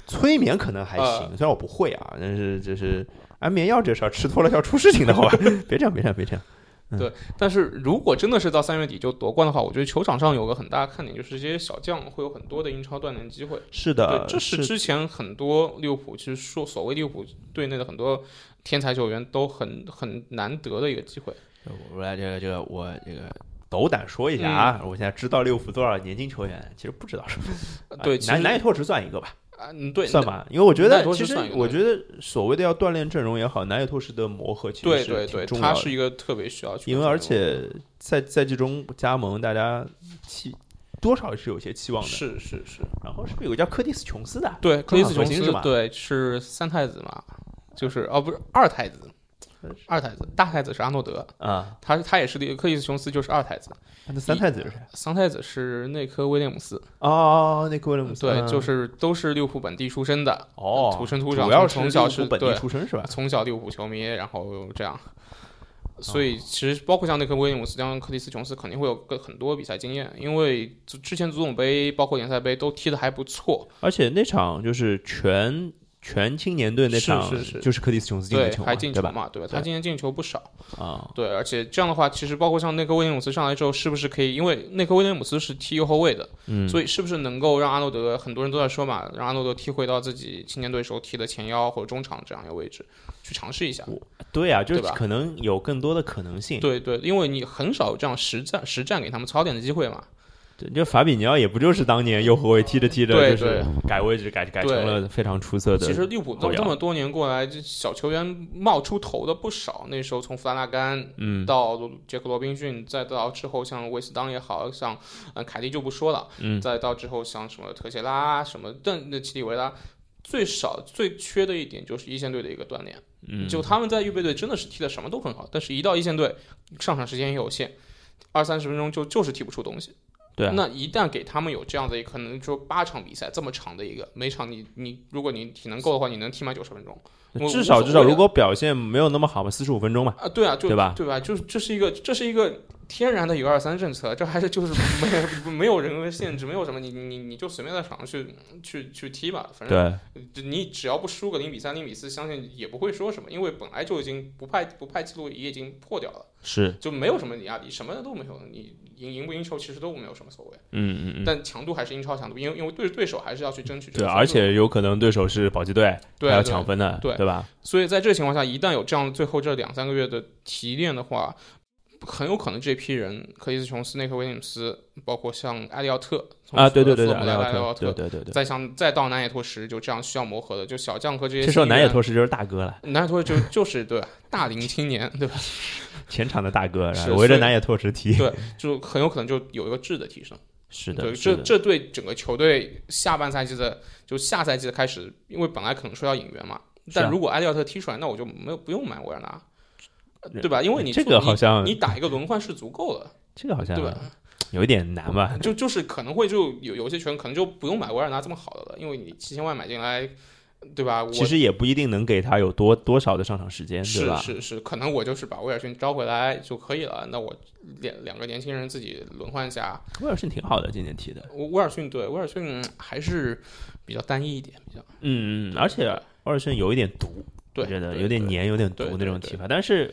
[SPEAKER 1] 催眠可能还行，
[SPEAKER 2] 呃
[SPEAKER 1] 虽然我不会啊，但是就是安眠药这事儿吃多了要出事情的，好吧？ (laughs) 别这样，别这样，别这样。
[SPEAKER 2] 但是如果真的是到三月底就夺冠的话，我觉得球场上有个很大的看点，就是这些小将会有很多的英超锻炼机会。
[SPEAKER 1] 是的
[SPEAKER 2] 对，，这是
[SPEAKER 1] 呃是
[SPEAKER 2] 之前很多利物浦其实说所谓利物浦队内的很多天才球员都很很难得的一个机会。
[SPEAKER 1] 我来这个这个我这个斗胆说一下啊，
[SPEAKER 2] 嗯
[SPEAKER 1] 我现在知道利物浦多少年轻球员，其实不知道什么。啊
[SPEAKER 2] 呃对，其实
[SPEAKER 1] 南南野拓实算一个吧，
[SPEAKER 2] 啊，嗯，对，
[SPEAKER 1] 哎算吧，因为我觉
[SPEAKER 2] 南
[SPEAKER 1] 得
[SPEAKER 2] 野拓
[SPEAKER 1] 其
[SPEAKER 2] 实
[SPEAKER 1] 实
[SPEAKER 2] 算一个
[SPEAKER 1] 我觉得所谓的要锻炼阵容也好，南野拓实的磨合其实
[SPEAKER 2] 对
[SPEAKER 1] 是
[SPEAKER 2] 对
[SPEAKER 1] 挺
[SPEAKER 2] 对，
[SPEAKER 1] 重
[SPEAKER 2] 他
[SPEAKER 1] 要的
[SPEAKER 2] 是。一个特别需要去，
[SPEAKER 1] 因为而且在赛季中加盟，大家期多少是有些期望的。
[SPEAKER 2] 是是是，
[SPEAKER 1] 然后是不是有个叫柯蒂斯琼斯的？
[SPEAKER 2] 对，克里斯
[SPEAKER 1] 核
[SPEAKER 2] 琼
[SPEAKER 1] 心是
[SPEAKER 2] 斯
[SPEAKER 1] 吧，
[SPEAKER 2] 对，是三太子嘛，就是哦，不是二太子，二太子，大太子是阿诺德，
[SPEAKER 1] 啊，
[SPEAKER 2] 他他也是利克里斯琼斯就是二太子，
[SPEAKER 1] 那三太子是谁？
[SPEAKER 2] 三太子是内科威廉姆斯，
[SPEAKER 1] 哦，那个威廉姆斯，
[SPEAKER 2] 对，就是是都是利物浦本地出身的，
[SPEAKER 1] 哦，
[SPEAKER 2] 土生土长
[SPEAKER 1] 主要
[SPEAKER 2] 从
[SPEAKER 1] 是
[SPEAKER 2] 小
[SPEAKER 1] 利物浦
[SPEAKER 2] 是
[SPEAKER 1] 本地
[SPEAKER 2] 对
[SPEAKER 1] 出身是吧？
[SPEAKER 2] 从小利物浦球迷，然后这样。
[SPEAKER 1] 哦
[SPEAKER 2] 所以其实包括像内克威廉姆斯、像克里斯琼斯，肯定会有个很多比赛经验，因为之之前足总杯包括联赛杯都踢得还不错，
[SPEAKER 1] 而且那场就是全全青年队那场，
[SPEAKER 2] 是是是
[SPEAKER 1] 就是柯蒂斯琼斯进的
[SPEAKER 2] 对，
[SPEAKER 1] 球嘛，
[SPEAKER 2] 还进
[SPEAKER 1] 对
[SPEAKER 2] 球
[SPEAKER 1] 吧？
[SPEAKER 2] 嘛，对吧？他
[SPEAKER 1] 对
[SPEAKER 2] 今年进球不少，
[SPEAKER 1] 啊，
[SPEAKER 2] 对，而且这样的话，其实包括像内克威廉姆斯上来之后，是不是可以？因为内克威廉姆斯是踢右后卫的，
[SPEAKER 1] 嗯，
[SPEAKER 2] 所以是不是能够让阿诺德？很多人都在说嘛，让阿诺德踢回到自己青年队时候踢的前腰或者中场这样一个位置，去尝试一下。
[SPEAKER 1] 对啊，就是
[SPEAKER 2] 对吧
[SPEAKER 1] 可能有更多的可能性。
[SPEAKER 2] 对对，因为你很少有这样实战实战给他们操点的机会嘛。
[SPEAKER 1] 对，就法比尼奥也不就是当年右后卫踢着踢着，
[SPEAKER 2] 对
[SPEAKER 1] 就是改位置改改成了非常出色的。
[SPEAKER 2] 其实利物浦这
[SPEAKER 1] 后
[SPEAKER 2] 么
[SPEAKER 1] 腰
[SPEAKER 2] 这么多年过来，这小球员冒出头的不少。那时候从弗拉纳甘，
[SPEAKER 1] 嗯，
[SPEAKER 2] 到杰克罗宾逊，再到之后像维斯当也好像，呃，凯利就不说了，
[SPEAKER 1] 嗯
[SPEAKER 2] 再到之后像什么特谢拉、什么邓那奇里维拉，最少最缺的一点就是一线队的一个锻炼。
[SPEAKER 1] 嗯，
[SPEAKER 2] 就他们在预备队真的是踢的什么都很好，但是一到一线队，上场时间也有限，二三十分钟就就是踢不出东西。
[SPEAKER 1] 对啊，
[SPEAKER 2] 那一旦给他们有这样的，可能说八场比赛这么长的一个，每场你你如果你体能够的话，你能踢满九十分钟我
[SPEAKER 1] 至少
[SPEAKER 2] 无所谓
[SPEAKER 1] 至少
[SPEAKER 2] 啊
[SPEAKER 1] 如果表现没有那么好嘛，四十五分钟嘛，
[SPEAKER 2] 啊？对啊，就
[SPEAKER 1] 对吧
[SPEAKER 2] 对吧？就是这是一个这是一个天然的一个二三政策，这还是就是没有没有人为限制，没有什么，你你你就随便在场上去去去踢吧，反正
[SPEAKER 1] 对，
[SPEAKER 2] 你只要不输个零比三、零比四，相信也不会说什么，因为本来就已经不派不派记录也已经破掉了，
[SPEAKER 1] 是，
[SPEAKER 2] 就没有什么压力，什么都没有，你赢赢不赢球其实都没有什么所谓。
[SPEAKER 1] 嗯嗯嗯，
[SPEAKER 2] 但强度还是英超强度，因为因为对对手还是要去争取这
[SPEAKER 1] 对，
[SPEAKER 2] 个分数。
[SPEAKER 1] 而且有可能对手是保级队，
[SPEAKER 2] 对
[SPEAKER 1] 还要
[SPEAKER 2] 对
[SPEAKER 1] 抢分的，
[SPEAKER 2] 对
[SPEAKER 1] 对吧？
[SPEAKER 2] 所以在这个情况下，一旦有这样最后这两三个月的提炼的话，很有可能这批人，克里斯琼斯、内克威廉姆斯，包括像埃利奥特
[SPEAKER 1] 啊，对对对对，
[SPEAKER 2] 从
[SPEAKER 1] 阿
[SPEAKER 2] 索姆
[SPEAKER 1] 拉奥
[SPEAKER 2] 来的埃利奥
[SPEAKER 1] 特，对
[SPEAKER 2] 特，
[SPEAKER 1] 对对对。
[SPEAKER 2] 再像再到南野拓实，就这样需要磨合的，就小将和这些。
[SPEAKER 1] 这时候南野拓实就是大哥了，
[SPEAKER 2] (laughs) 南野拓就就是对吧，大龄青年对吧？
[SPEAKER 1] 前场的大哥，然
[SPEAKER 2] 是
[SPEAKER 1] 后围着
[SPEAKER 2] 所以
[SPEAKER 1] 南野拓实踢。
[SPEAKER 2] 对就很有可能就有一个质的提升。
[SPEAKER 1] 是
[SPEAKER 2] 对，
[SPEAKER 1] 的，
[SPEAKER 2] 这
[SPEAKER 1] 是的
[SPEAKER 2] 这对整个球队下半赛季的，就下赛季的开始，因为本来可能说要引援嘛，
[SPEAKER 1] 是啊
[SPEAKER 2] 但如果埃利奥特踢出来，那我就没有不用买维尔纳，呃对吧？因为你
[SPEAKER 1] 这个
[SPEAKER 2] 你
[SPEAKER 1] 好像
[SPEAKER 2] 你打一个轮换是足够的，
[SPEAKER 1] 这个好像
[SPEAKER 2] 对吧？
[SPEAKER 1] 有一点难吧？
[SPEAKER 2] 就就是可能会就有有些球员可能就不用买维尔纳这么好的了，因为你七千万买进来，对吧？我
[SPEAKER 1] 其实也不一定能给他有多多少的上场时间，对
[SPEAKER 2] 是
[SPEAKER 1] 吧？
[SPEAKER 2] 是是，可能我就是把威尔逊招回来就可以了。那我两两个年轻人自己轮换一下，
[SPEAKER 1] 威尔逊挺好的，今年踢的。
[SPEAKER 2] 威威尔逊对威尔逊还是比较单一一点，比较
[SPEAKER 1] 嗯，嗯，而且威尔逊有一点毒，
[SPEAKER 2] 对
[SPEAKER 1] 我觉得
[SPEAKER 2] 对
[SPEAKER 1] 有点
[SPEAKER 2] 对
[SPEAKER 1] 黏，有点毒
[SPEAKER 2] 对对
[SPEAKER 1] 那种
[SPEAKER 2] 对
[SPEAKER 1] 踢法。但是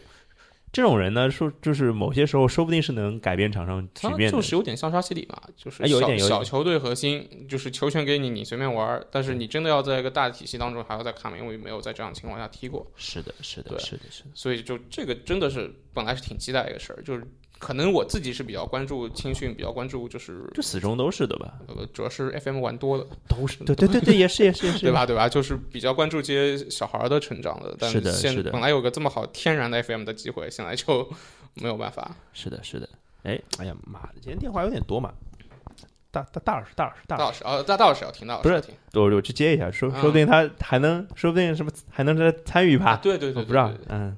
[SPEAKER 1] 这种人呢，说就是某些时候说不定是能改变场上局
[SPEAKER 2] 他
[SPEAKER 1] 面的
[SPEAKER 2] 啊就。是有点像沙奇里嘛，就是
[SPEAKER 1] 哎有一
[SPEAKER 2] 小
[SPEAKER 1] 点有一点
[SPEAKER 2] 小球队核心，就是球权给你，你随便玩儿。但是你真的要在一个大体系当中，还要在卡梅因为没有在这样的情况下踢过，
[SPEAKER 1] 是的，是的，
[SPEAKER 2] 对
[SPEAKER 1] 是的，是的。
[SPEAKER 2] 所以就这个真的是本来是挺期待的一个事儿，就是可能我自己是比较关注青训，比较关注就是
[SPEAKER 1] 就始终都是的吧，
[SPEAKER 2] 呃，主要是 FM 玩多了，
[SPEAKER 1] 都是对对对对，也是也是也是，
[SPEAKER 2] (laughs) 对？吧？对吧？就是比较关注这些小孩儿的成长的，但
[SPEAKER 1] 是的
[SPEAKER 2] 现
[SPEAKER 1] 是的
[SPEAKER 2] 本来有个这么好天然的 FM 的机会，现在就 (laughs) 没有办法。
[SPEAKER 1] 是的，是的。哎，哎呀妈的，今天电话有点多嘛。大大大老师，大老师，大
[SPEAKER 2] 大
[SPEAKER 1] 老
[SPEAKER 2] 老
[SPEAKER 1] 师，
[SPEAKER 2] 师啊，大大老师要听，大老师
[SPEAKER 1] 不是
[SPEAKER 2] 要听
[SPEAKER 1] 我我去接一下，说
[SPEAKER 2] 嗯
[SPEAKER 1] 说不定他还能，说不定什么还能再参与一
[SPEAKER 2] 啊，
[SPEAKER 1] 把，
[SPEAKER 2] 对对对，
[SPEAKER 1] 我
[SPEAKER 2] 对
[SPEAKER 1] 不知道
[SPEAKER 2] 对对，
[SPEAKER 1] 嗯。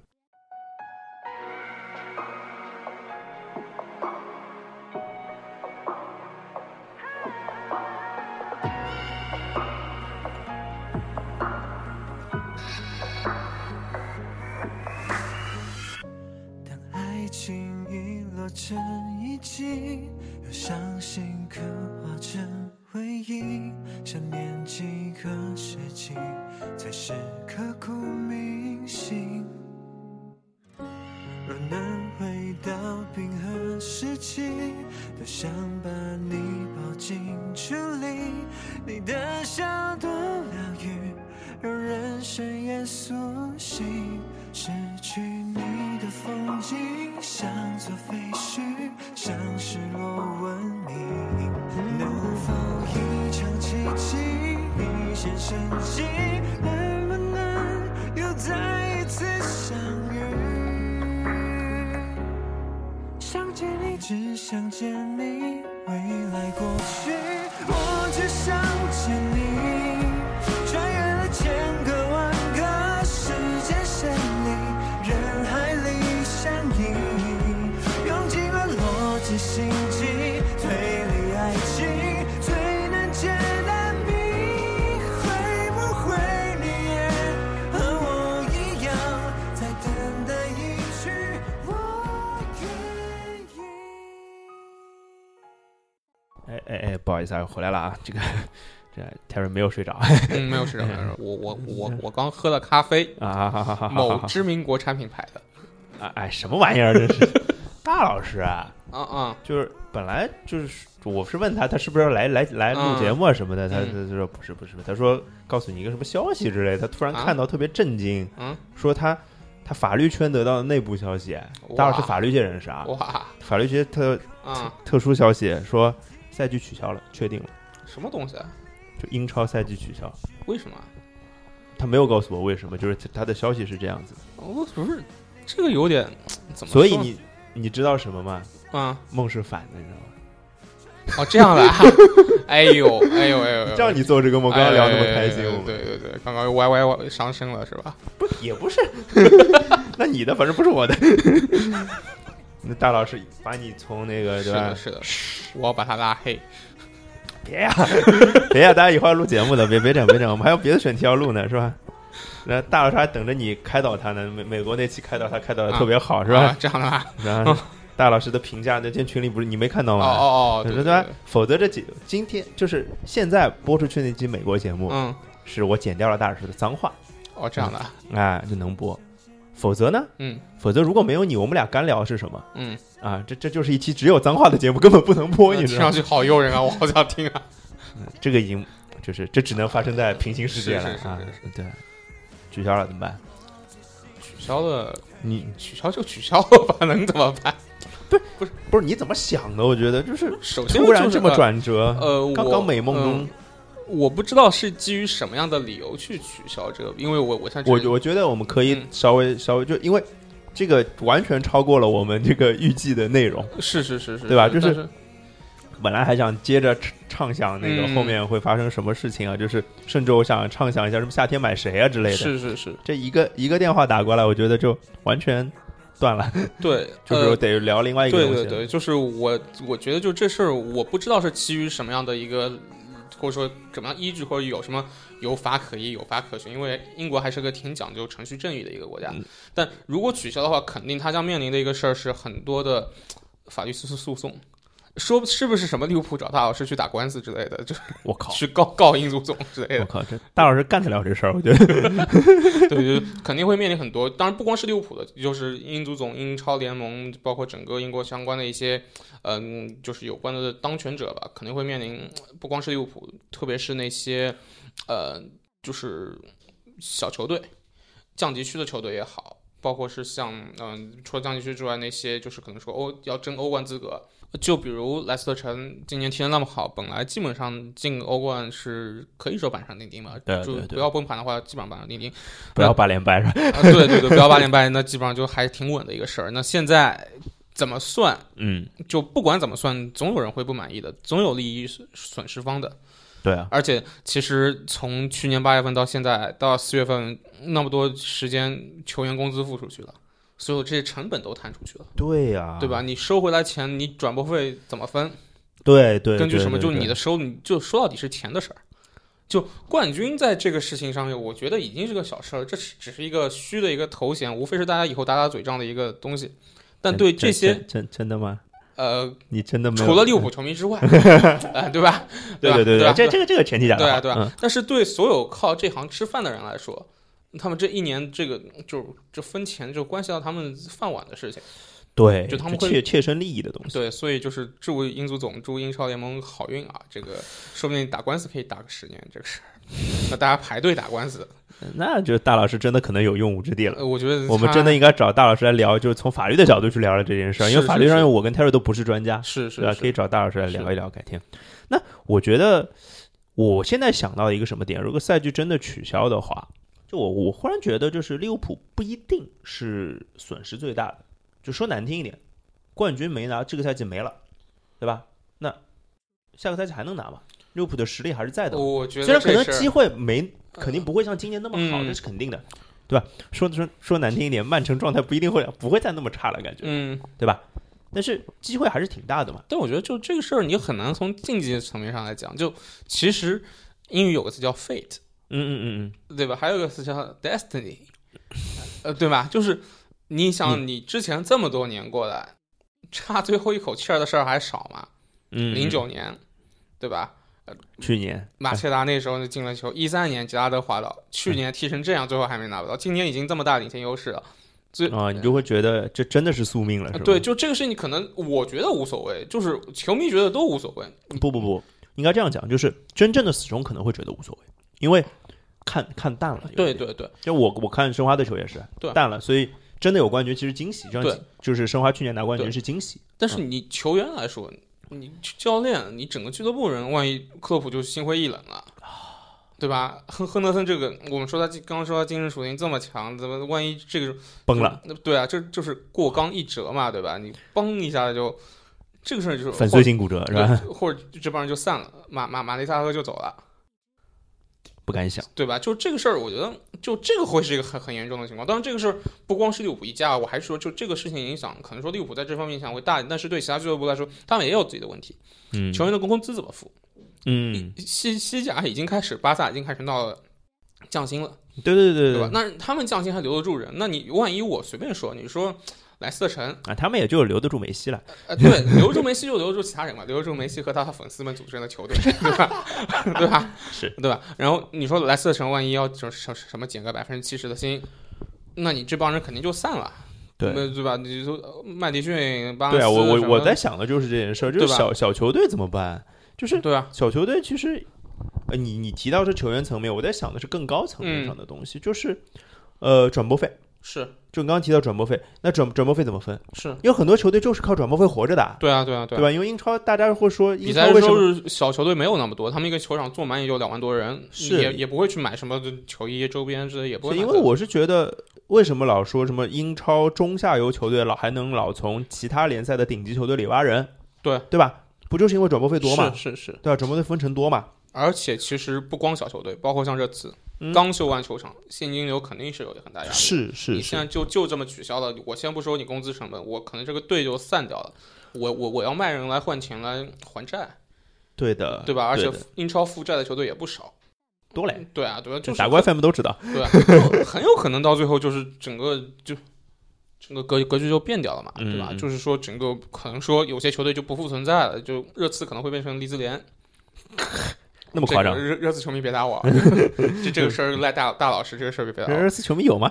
[SPEAKER 3] 当爱情遗落成遗迹，由伤心刻画成回忆，缠绵几个世纪，才是刻骨铭心。若能回到冰河时期，多想把你抱进处里，你的笑多疗愈，让人深夜苏醒。失去你的风景，像座废墟，像失落文明。能否一场奇迹，一线生机？能不能又再一次相遇？想见你，只想见你，未来过去，我只想见你。穿越了千个万个时间线里，人海里相依，用尽了逻辑心机，推理爱情最难解难谜，会不会你也和我一样，在等待一句我愿意？
[SPEAKER 1] 哎哎哎，不好意思啊，回来了啊，这个这 Terry 没有睡着 (laughs)
[SPEAKER 2] 嗯，没有市场，没有市场我我我我刚喝了咖啡，
[SPEAKER 1] 啊，好好好好好
[SPEAKER 2] 某
[SPEAKER 1] 好，
[SPEAKER 2] 知名国产品牌的，
[SPEAKER 1] 啊哎什么玩意儿这是？ (laughs) 大老师啊，
[SPEAKER 2] 啊啊，
[SPEAKER 1] 就是本来就是我是问他他是不是要来来来录
[SPEAKER 2] 嗯
[SPEAKER 1] 节目啊什么的，他他
[SPEAKER 2] 嗯
[SPEAKER 1] 他说不是不是，他说告诉你一个什么消息之类的，他突然
[SPEAKER 2] 啊
[SPEAKER 1] 看到特别震惊，
[SPEAKER 2] 嗯，
[SPEAKER 1] 说他他法律圈得到的内部消息，大老师法律界人士啊，
[SPEAKER 2] 哇
[SPEAKER 1] 法律界特
[SPEAKER 2] 啊，
[SPEAKER 1] 特殊消息说赛季取消了，确定了，
[SPEAKER 2] 什么东西？啊？
[SPEAKER 1] 就英超赛季取消。
[SPEAKER 2] 为什么啊？
[SPEAKER 1] 他没有告诉我为什么，就是他的消息是这样子的。
[SPEAKER 2] 我不是这个有点怎么说
[SPEAKER 1] 所
[SPEAKER 2] 呢？
[SPEAKER 1] 以你你知道什么吗？
[SPEAKER 2] 啊，
[SPEAKER 1] 梦是反的，你知道吗？
[SPEAKER 2] 哦这样的啊， (laughs) 哎呦哎呦哎呦哎呦，
[SPEAKER 1] 叫你做这个梦，刚刚聊那么开心，
[SPEAKER 2] 哎
[SPEAKER 1] 我们
[SPEAKER 2] 对对对，刚刚又 Y Y Y 上升了是吧？
[SPEAKER 1] 不也不是， (laughs) 那你的反正不是我的。 (laughs) 那大老师把你从那个
[SPEAKER 2] 是
[SPEAKER 1] 对吧
[SPEAKER 2] 的，？是的，我要把他拉黑。
[SPEAKER 1] 别呀， (laughs) 别呀，大家以后要录节目的，别别这样，别这样，我们还有别的选题要录呢，是吧？那大老师还等着你开导他呢，美美国那期开导他开导的特别好，是吧
[SPEAKER 2] 啊？？这样的啊，
[SPEAKER 1] 然
[SPEAKER 2] (laughs)
[SPEAKER 1] 后大老师的评价，那天群里不是你没看到
[SPEAKER 2] 哦
[SPEAKER 1] 吗？
[SPEAKER 2] 哦哦，
[SPEAKER 1] 对
[SPEAKER 2] 对
[SPEAKER 1] 对
[SPEAKER 2] 对
[SPEAKER 1] 吧
[SPEAKER 2] 对，？
[SPEAKER 1] 否则这几今天就是现在播出去那期美国节目，
[SPEAKER 2] 嗯，
[SPEAKER 1] 是我剪掉了大老师的脏话，
[SPEAKER 2] 哦这样的啊，
[SPEAKER 1] 啊，就能播。否则呢？
[SPEAKER 2] 嗯
[SPEAKER 1] 否则如果没有你，我们俩干聊是什么
[SPEAKER 2] 嗯，
[SPEAKER 1] 啊？这这就是一期只有脏话的节目，根本不能播，你
[SPEAKER 2] 听
[SPEAKER 1] 知道
[SPEAKER 2] 上
[SPEAKER 1] 吗？
[SPEAKER 2] 去好诱人啊，我好想听
[SPEAKER 1] (laughs)
[SPEAKER 2] 啊。
[SPEAKER 1] 呃这个已经就是这只能发生在平行世界了
[SPEAKER 2] 是是是
[SPEAKER 1] 啊
[SPEAKER 2] 是！
[SPEAKER 1] 对，取消了怎么办？
[SPEAKER 2] 取消了，
[SPEAKER 1] 你
[SPEAKER 2] 取消就取消了吧， (laughs) 能怎么办？
[SPEAKER 1] 不是你怎么想的？我觉得就是
[SPEAKER 2] 首先
[SPEAKER 1] 突然
[SPEAKER 2] 就是
[SPEAKER 1] 这么
[SPEAKER 2] 呃，
[SPEAKER 1] 转折，
[SPEAKER 2] 呃，我
[SPEAKER 1] 刚刚美梦中
[SPEAKER 2] 嗯，我不知道是基于什么样的理由去取消这个，因为我我现在
[SPEAKER 1] 我我觉得我们可以
[SPEAKER 2] 嗯
[SPEAKER 1] 稍微稍微就因为这个完全超过了我们这个预计的内容。
[SPEAKER 2] 是是是是，
[SPEAKER 1] 对吧
[SPEAKER 2] 但
[SPEAKER 1] 就是
[SPEAKER 2] 是
[SPEAKER 1] 本来还想接着畅畅想那个
[SPEAKER 2] 嗯
[SPEAKER 1] 后面会发生什么事情啊，就是甚至我想畅想一下什么夏天买谁啊之类的。
[SPEAKER 2] 是是是，
[SPEAKER 1] 这一个一个电话打过来，我觉得就完全断了，
[SPEAKER 2] 对，呃
[SPEAKER 1] 就是得聊另外一个
[SPEAKER 2] 对
[SPEAKER 1] 东西
[SPEAKER 2] 对
[SPEAKER 1] 了。
[SPEAKER 2] 对，就是我，我觉得就这事儿，我不知道是基于什么样的一个，或者说怎么样依据，或者有什么有法可依、有法可循，因为英国还是个挺讲究程序正义的一个国家。
[SPEAKER 1] 嗯
[SPEAKER 2] 但如果取消的话，肯定他将面临的一个事儿是很多的法律诉诉讼。说是不是什么利物浦找大老师去打官司之类的，就是
[SPEAKER 1] 我靠，
[SPEAKER 2] 去告告英足总之类
[SPEAKER 1] 我
[SPEAKER 2] 的，
[SPEAKER 1] 靠，这大老师干得了这事儿，我
[SPEAKER 2] (laughs)
[SPEAKER 1] 觉得。
[SPEAKER 2] 对对，对肯定会面临很多。当然不光是利物浦的，就是英足总、英超联盟，包括整个英国相关的一些，嗯，就是有关的当权者吧，肯定会面临不光是利物浦，特别是那些，呃，就是小球队、降级区的球队也好，包括是像嗯、除了降级区之外，那些就是可能说欧要争欧冠资格，就比如莱斯特城今年踢得那么好，本来基本上进欧冠是可以说板上钉钉嘛，
[SPEAKER 1] 对啊
[SPEAKER 2] 就
[SPEAKER 1] 对啊对啊
[SPEAKER 2] 不要崩盘的话，基本上板上钉钉。
[SPEAKER 1] 不要八连败是
[SPEAKER 2] (laughs)
[SPEAKER 1] 吧？
[SPEAKER 2] 啊，对对对，不要八连败，那基本上就还挺稳的一个事儿。那现在怎么算，
[SPEAKER 1] 嗯，
[SPEAKER 2] 就不管怎么算，总有人会不满意的，总有利益损失方的。
[SPEAKER 1] 对啊，
[SPEAKER 2] 而且其实从去年八月份到现在到四月份，那么多时间球员工资付出去了，所有这些成本都摊出去了，
[SPEAKER 1] 对啊，
[SPEAKER 2] 对吧？？你收回来钱，你转播费怎么分？
[SPEAKER 1] 对对，
[SPEAKER 2] 根据
[SPEAKER 1] 对
[SPEAKER 2] 什么？
[SPEAKER 1] 对
[SPEAKER 2] 就
[SPEAKER 1] 对
[SPEAKER 2] 你的收入，你就说到底是钱的事儿。就冠军在这个事情上面，我觉得已经是个小事儿，这是只是一个虚的一个头衔，无非是大家以后打打嘴仗的一个东西。但
[SPEAKER 1] 真
[SPEAKER 2] 对
[SPEAKER 1] 真
[SPEAKER 2] 这些
[SPEAKER 1] 真真真的吗？
[SPEAKER 2] 呃，
[SPEAKER 1] 你真的没有嗯
[SPEAKER 2] 除了利物浦球迷
[SPEAKER 1] (laughs)
[SPEAKER 2] 之外，啊，对吧？
[SPEAKER 1] 对
[SPEAKER 2] 吧？
[SPEAKER 1] 对
[SPEAKER 2] 吧
[SPEAKER 1] 对，这这个这个前提讲嗯的
[SPEAKER 2] 对啊，对啊。但是对所有靠这行吃饭的人来说，他们这一年这个就这分钱就关系到他们饭碗的事情。
[SPEAKER 1] 对，
[SPEAKER 2] 就他们
[SPEAKER 1] 这
[SPEAKER 2] 会
[SPEAKER 1] 切切身利益的东西，
[SPEAKER 2] 对，所以就是祝英足总、祝英超联盟好运啊！这个说不定打官司可以打个十年，这个事儿。那大家排队打官司，
[SPEAKER 1] 那就大老师真的可能有用武之地了。
[SPEAKER 2] 呃，我觉得
[SPEAKER 1] 我们
[SPEAKER 2] 他
[SPEAKER 1] 真的应该找大老师来聊，就是从法律的角度去聊聊这件事儿，因为
[SPEAKER 2] 是
[SPEAKER 1] 法
[SPEAKER 2] 是
[SPEAKER 1] 律上
[SPEAKER 2] 是
[SPEAKER 1] 面我跟 Terry 都不是专家，
[SPEAKER 2] 是是
[SPEAKER 1] 对吧？
[SPEAKER 2] 是
[SPEAKER 1] 可以找大老师来聊一聊，改天。那我觉得我现在想到一个什么点，如果赛季真的取消的话，就我我忽然觉得，就是利物浦不一定是损失最大的。就说难听一点，冠军没拿，这个赛季没了，对吧？那下个赛季还能拿吗？利物浦的实力还是在的嘛，
[SPEAKER 2] 我觉得
[SPEAKER 1] 虽然可
[SPEAKER 2] 这
[SPEAKER 1] 能
[SPEAKER 2] 事儿
[SPEAKER 1] 机会没，肯定不会像今年那么好，
[SPEAKER 2] 嗯
[SPEAKER 1] 这是肯定的，对吧？说说说难听一点，曼城状态不一定会不会再那么差了，感觉，
[SPEAKER 2] 嗯，
[SPEAKER 1] 对吧？但是机会还是挺大的嘛。
[SPEAKER 2] 但我觉得就这个事儿，你很难从竞技层面上来讲。就其实英语有个词叫 fate，
[SPEAKER 1] 嗯嗯嗯
[SPEAKER 2] 对吧？还有一个词叫 destiny，呃，对吧？就是你
[SPEAKER 1] 嗯
[SPEAKER 2] 想，你之前这么多年过来，差最后一口气儿的事儿还少吗？
[SPEAKER 1] 嗯，
[SPEAKER 2] 零九年，对吧？
[SPEAKER 1] 去年
[SPEAKER 2] 马切达那时候就进了球，一三年吉拉德滑倒，
[SPEAKER 1] 嗯
[SPEAKER 2] 去年踢成这样，最后还没拿不到，今年已经这么大领先优势了，最
[SPEAKER 1] 啊，你就会觉得这真的是宿命了，是吧？
[SPEAKER 2] 对，，就这个事情，可能我觉得无所谓，就是球迷觉得都无所谓。
[SPEAKER 1] 不不不，应该这样讲，就是真正的死忠可能会觉得无所谓，因为看看淡了。有
[SPEAKER 2] 对
[SPEAKER 1] 点，
[SPEAKER 2] 对对，
[SPEAKER 1] 就我我看申花的球也是
[SPEAKER 2] 对
[SPEAKER 1] 淡了，所以真的有冠军其实惊喜，这样
[SPEAKER 2] 对
[SPEAKER 1] 就是申花去年拿冠军
[SPEAKER 2] 对
[SPEAKER 1] 是惊喜，
[SPEAKER 2] 但是你球员来说，你教练，你整个俱乐部人，万一克洛普就心灰意冷了，对吧？亨亨德森这个，我们说他刚刚说他精神属性这么强，怎么万一这个
[SPEAKER 1] 崩了，。
[SPEAKER 2] 那对啊，这就是过刚一折嘛，对吧？你崩一下就这个事儿就是
[SPEAKER 1] 粉碎性骨折是吧？
[SPEAKER 2] 对或者这帮人就散了，马马马内萨赫就走了，
[SPEAKER 1] (laughs) 不敢想。
[SPEAKER 2] 对吧？就这个事儿，我觉得就这个会是一个很很严重的情况。当然，这个事儿不光是利物浦一家，我还是说，就这个事情影响，可能说利物浦在这方面影响会大一点，但是对其他俱乐部来说，他们也有自己的问题。
[SPEAKER 1] 嗯
[SPEAKER 2] 球员的工资怎么付？
[SPEAKER 1] 嗯，
[SPEAKER 2] 西西甲已经开始，巴萨已经开始闹了降薪了，
[SPEAKER 1] 对对对
[SPEAKER 2] 对吧？那他们降薪还留得住人？那你万一我随便说，你说莱斯特城，
[SPEAKER 1] 啊，他们也就留得住梅西了。
[SPEAKER 2] 呃，对，留住梅西就留住其他人嘛，留住梅西和他的粉丝们组成的球队，对吧？ (laughs) 对吧？
[SPEAKER 1] 是
[SPEAKER 2] 对吧？然后你说莱斯特城万一要就是什什么减个百分之七十的薪，那你这帮人肯定就散了，
[SPEAKER 1] 对
[SPEAKER 2] 对吧？你就呃麦迪逊、巴恩
[SPEAKER 1] 对啊，
[SPEAKER 2] 斯
[SPEAKER 1] 我
[SPEAKER 2] 什
[SPEAKER 1] 我
[SPEAKER 2] 么
[SPEAKER 1] 我在想的就是这件事儿，就是
[SPEAKER 2] 对吧
[SPEAKER 1] 小小球队怎么办？就是
[SPEAKER 2] 对啊，
[SPEAKER 1] 小球队其实，呃，你你提到是球员层面，我在想的是更高层面上的东西，
[SPEAKER 2] 嗯
[SPEAKER 1] 就是呃转播费。
[SPEAKER 2] 是
[SPEAKER 1] 就你刚刚提到转播费，那转转播费怎么分？
[SPEAKER 2] 是，
[SPEAKER 1] 因为很多球队就是靠转播费活着的啊，
[SPEAKER 2] 对啊，对啊，对啊
[SPEAKER 1] 对。吧？因为英超大家会说
[SPEAKER 2] 比
[SPEAKER 1] 英超
[SPEAKER 2] 赛
[SPEAKER 1] 为什
[SPEAKER 2] 收
[SPEAKER 1] 么？
[SPEAKER 2] 入小球队没有那么多，他们一个球场坐满也就两万多人，
[SPEAKER 1] 是
[SPEAKER 2] 也也不会去买什么球衣周边之类，也不会
[SPEAKER 1] 是
[SPEAKER 2] 买
[SPEAKER 1] 因
[SPEAKER 2] 的。
[SPEAKER 1] 为我是觉得，为什么老说什么英超中下游球队老还能老从其他联赛的顶级球队里挖人？
[SPEAKER 2] 对
[SPEAKER 1] 对吧？不就是因为转播费多嘛？
[SPEAKER 2] 是是是，
[SPEAKER 1] 对吧？转播费分成多嘛？
[SPEAKER 2] 而且其实不光小球队，包括像这次、
[SPEAKER 1] 嗯
[SPEAKER 2] 刚修完球场，现金流肯定是有很大压力。
[SPEAKER 1] 是
[SPEAKER 2] 哎你
[SPEAKER 1] 是
[SPEAKER 2] 现
[SPEAKER 1] 是，
[SPEAKER 2] 在就就这么取消了，我先不说你工资成本，我可能这个队就散掉了。我我我要卖人来换钱来还债，
[SPEAKER 1] 啊对的，
[SPEAKER 2] 对吧？而且
[SPEAKER 1] 的
[SPEAKER 2] 英超负债的球队也不少，
[SPEAKER 1] 多嘞，
[SPEAKER 2] 对啊，对吧？就是
[SPEAKER 1] 打官 FM 都知道。
[SPEAKER 2] 对啊，就很有可能到最后就是整个就整个格格局就变掉了嘛，对吧？
[SPEAKER 1] 嗯嗯
[SPEAKER 2] 就是说整个可能说有些球队就不复存在了，就热刺可能会变成利兹联，
[SPEAKER 1] 那么夸
[SPEAKER 2] 这
[SPEAKER 1] 张
[SPEAKER 2] 个？热热刺球迷别打我
[SPEAKER 1] (laughs)
[SPEAKER 2] 啊，这这个事儿赖大大老师，这个事儿别打
[SPEAKER 1] 热
[SPEAKER 2] 我。
[SPEAKER 1] 热刺球迷
[SPEAKER 2] (laughs)
[SPEAKER 1] 有吗？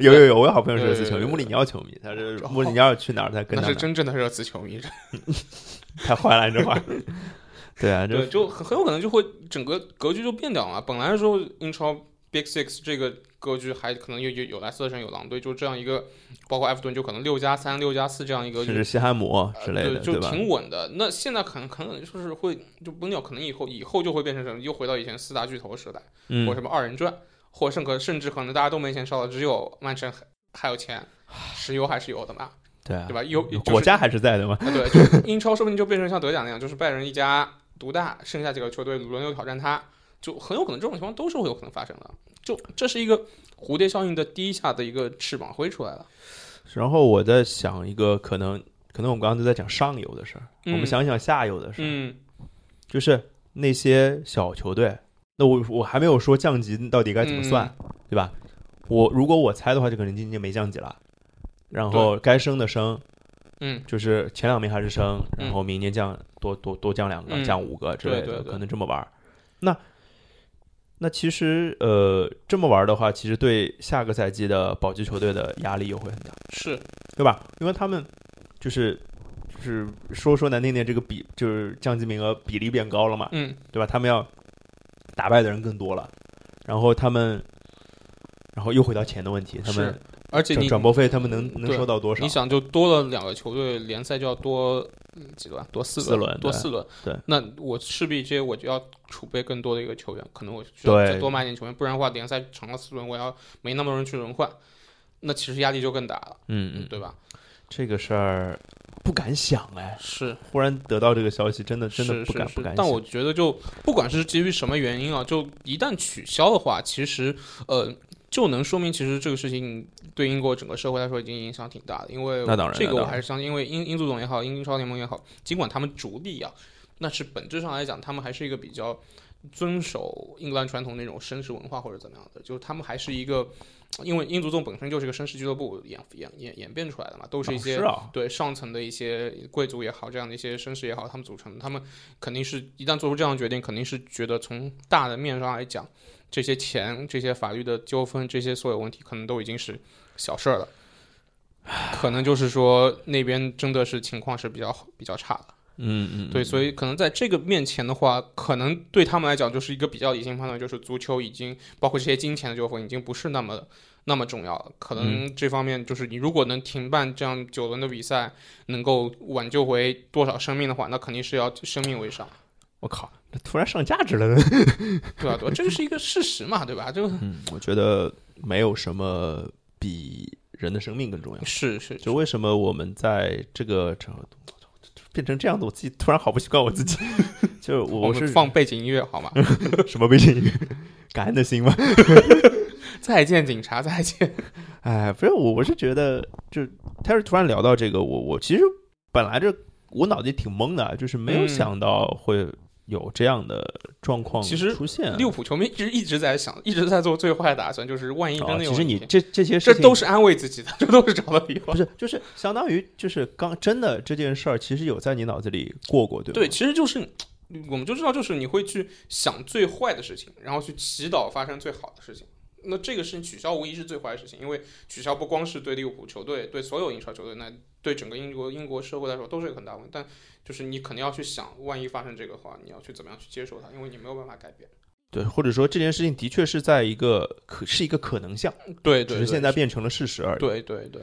[SPEAKER 1] 有有有，我有好朋友是热刺球迷，
[SPEAKER 2] 对对对对哦
[SPEAKER 1] 穆里尼奥球迷，他是穆里尼奥去哪儿他跟
[SPEAKER 2] 那
[SPEAKER 1] 他哪
[SPEAKER 2] 是
[SPEAKER 1] 儿，
[SPEAKER 2] 真正的热刺球迷，
[SPEAKER 1] 太坏了，你
[SPEAKER 2] (laughs)
[SPEAKER 1] 这话。对啊，
[SPEAKER 2] 对，
[SPEAKER 1] 这
[SPEAKER 2] 就很很有可能就会整个格局就变掉了。本来说英超 Big Six 这个格局还可能有有有莱斯特城有狼队，就这样一个，包括埃弗顿就可能六加三、六加四这样一个
[SPEAKER 1] 甚至西汉姆
[SPEAKER 2] 呃
[SPEAKER 1] 之类的，
[SPEAKER 2] 对就
[SPEAKER 1] 吧？
[SPEAKER 2] 挺稳的。那现在可能可能就是会就崩掉，可能以后以后就会变成什么，又回到以前四大巨头时代，
[SPEAKER 1] 嗯
[SPEAKER 2] 或者，什么二人转，或者甚可甚至可能大家都没钱烧了，只有曼城还还有钱，石油还是有的嘛，
[SPEAKER 1] 对啊，
[SPEAKER 2] 对吧？有、就是、
[SPEAKER 1] 国家还是在的嘛，
[SPEAKER 2] 啊，对，就是英超说不定就变成像德甲那样，就是拜仁一家独大，剩下几个球队轮流挑战它，就很有可能这种情况都是会有可能发生的。就这是一个蝴蝶效应的第一下的一个翅膀挥出来了。
[SPEAKER 1] 然后我在想一个可能，可能我们刚刚都在讲上游的事儿，我们
[SPEAKER 2] 嗯
[SPEAKER 1] 想想下游的事儿，
[SPEAKER 2] 嗯
[SPEAKER 1] 就是那些小球队。那我我还没有说降级到底该
[SPEAKER 2] 嗯
[SPEAKER 1] 怎么算，对吧？我如果我猜的话，就可能今年没降级了。然后该升的升，
[SPEAKER 2] 嗯，
[SPEAKER 1] 就是前两名还是升，
[SPEAKER 2] 嗯
[SPEAKER 1] 然后明年降多多多降两个，
[SPEAKER 2] 嗯
[SPEAKER 1] 降五个之类的，
[SPEAKER 2] 对对对
[SPEAKER 1] 可能这么玩儿。那那其实呃，这么玩儿的话，其实对下个赛季的保级球队的压力又会很大。
[SPEAKER 2] 嗯是，
[SPEAKER 1] 对吧？因为他们就是就是说说难听点，这个比就是降级名额比例变高了嘛，
[SPEAKER 2] 嗯
[SPEAKER 1] 对吧？他们要打败的人更多了，然后他们，然后又回到钱的问题，他们
[SPEAKER 2] 是，而且
[SPEAKER 1] 转
[SPEAKER 2] 你
[SPEAKER 1] 转播费他们能能
[SPEAKER 2] 对
[SPEAKER 1] 收到多少
[SPEAKER 2] 你？想就多了两个球队，联赛就要多嗯几轮啊，多四
[SPEAKER 1] 四轮
[SPEAKER 2] 多
[SPEAKER 1] 对
[SPEAKER 2] 四轮。
[SPEAKER 1] 对，
[SPEAKER 2] 那我势必这些我就要储备更多的一个球员，可能我需要
[SPEAKER 1] 对
[SPEAKER 2] 再多买点球员，不然的话联赛长了四轮，我要没那么多人去轮换，那其实压力就更大了，
[SPEAKER 1] 嗯嗯，
[SPEAKER 2] 对吧？
[SPEAKER 1] 这个事儿不敢想哎，
[SPEAKER 2] 是。
[SPEAKER 1] 忽然得到这个消息，真的真的
[SPEAKER 2] 是
[SPEAKER 1] 不敢
[SPEAKER 2] 是是
[SPEAKER 1] 不敢想。
[SPEAKER 2] 但我觉得就不管是基于什么原因啊，就一旦取消的话，其实呃。就能说明，其实这个事情对英国整个社会来说已经影响挺大的，因为
[SPEAKER 1] 那当然
[SPEAKER 2] 这
[SPEAKER 1] 那
[SPEAKER 2] 个
[SPEAKER 1] 当
[SPEAKER 2] 我
[SPEAKER 1] 然
[SPEAKER 2] 还是相信，因为英英足总也好，英超联盟也好，尽管他们逐利啊，那是本质上来讲，他们还是一个比较遵守英格兰传统那种绅士文化或者怎么样的，就是他们还是一个，因为英足总本身就是一个绅士俱乐部演演演演变出来的嘛，都是一些、
[SPEAKER 1] 是啊，
[SPEAKER 2] 对上层的一些贵族也好，这样的一些绅士也好，他们组成的，他们肯定是一旦做出这样的决定，肯定是觉得从大的面上来讲，这些钱、这些法律的纠纷、这些所有问题，可能都已经是小事儿了。可能就是说那边真的是情况是比较比较差的，
[SPEAKER 1] 嗯嗯，
[SPEAKER 2] 对，所以可能在这个面前的话，可能对他们来讲就是一个比较理性判断，就是足球已经包括这些金钱的纠纷已经不是那么那么重要了。
[SPEAKER 1] 嗯
[SPEAKER 2] 可能这方面就是你如果能停办这样九轮的比赛，能够挽救回多少生命的话，那肯定是要生命为上，
[SPEAKER 1] 我靠，这突然上价值了呢。
[SPEAKER 2] 对吧？对 (laughs) 吧，这个是一个事实嘛，对吧？这个
[SPEAKER 1] 嗯，我觉得没有什么比人的生命更重要。
[SPEAKER 2] (laughs) 是是
[SPEAKER 1] 就为什么我们在这个场合变成这样的，我自己突然好不习惯我自
[SPEAKER 2] (laughs)
[SPEAKER 1] 己。就是我
[SPEAKER 2] 我
[SPEAKER 1] 是
[SPEAKER 2] 们放背景音乐好吗？ (laughs)
[SPEAKER 1] (laughs) 什么背景音乐？感恩的心吗？ (laughs)
[SPEAKER 2] 再见警察，再见。
[SPEAKER 1] 哎，不是我，我是觉得，就他是突然聊到这个，我我其实本来这我脑子里挺懵的，啊就是没有
[SPEAKER 2] 嗯
[SPEAKER 1] 想到会有这样的状况
[SPEAKER 2] 其实
[SPEAKER 1] 出现。啊
[SPEAKER 2] 利物浦球迷一直一直在想，一直在做最坏的打算，就是万一真
[SPEAKER 1] 啊
[SPEAKER 2] 的有
[SPEAKER 1] 其实
[SPEAKER 2] 问
[SPEAKER 1] 你
[SPEAKER 2] 题
[SPEAKER 1] 这这些事
[SPEAKER 2] 这
[SPEAKER 1] 情
[SPEAKER 2] 都是安慰自己的，这都是找到理由
[SPEAKER 1] 不。是就是相当于就是刚真的这件事儿，其实有在你脑子里过过，对吧？
[SPEAKER 2] 对，其实就是我们就知道，就是你会去想最坏的事情，然后去祈祷发生最好的事情。那这个事情取消无疑是最坏的事情，因为取消不光是对利物浦球队，对所有英超球队，那对整个英国英国社会来说都是一个很大问题。但就是你肯定要去想，万一发生这个的话，你要去怎么样去接受它，因为你没有办法改变。
[SPEAKER 1] 对，或者说这件事情的确是在一个可是一个可能性。
[SPEAKER 2] 对
[SPEAKER 1] 只
[SPEAKER 2] 对
[SPEAKER 1] 是
[SPEAKER 2] 对，
[SPEAKER 1] 现在变成了事实而已。
[SPEAKER 2] 对对对，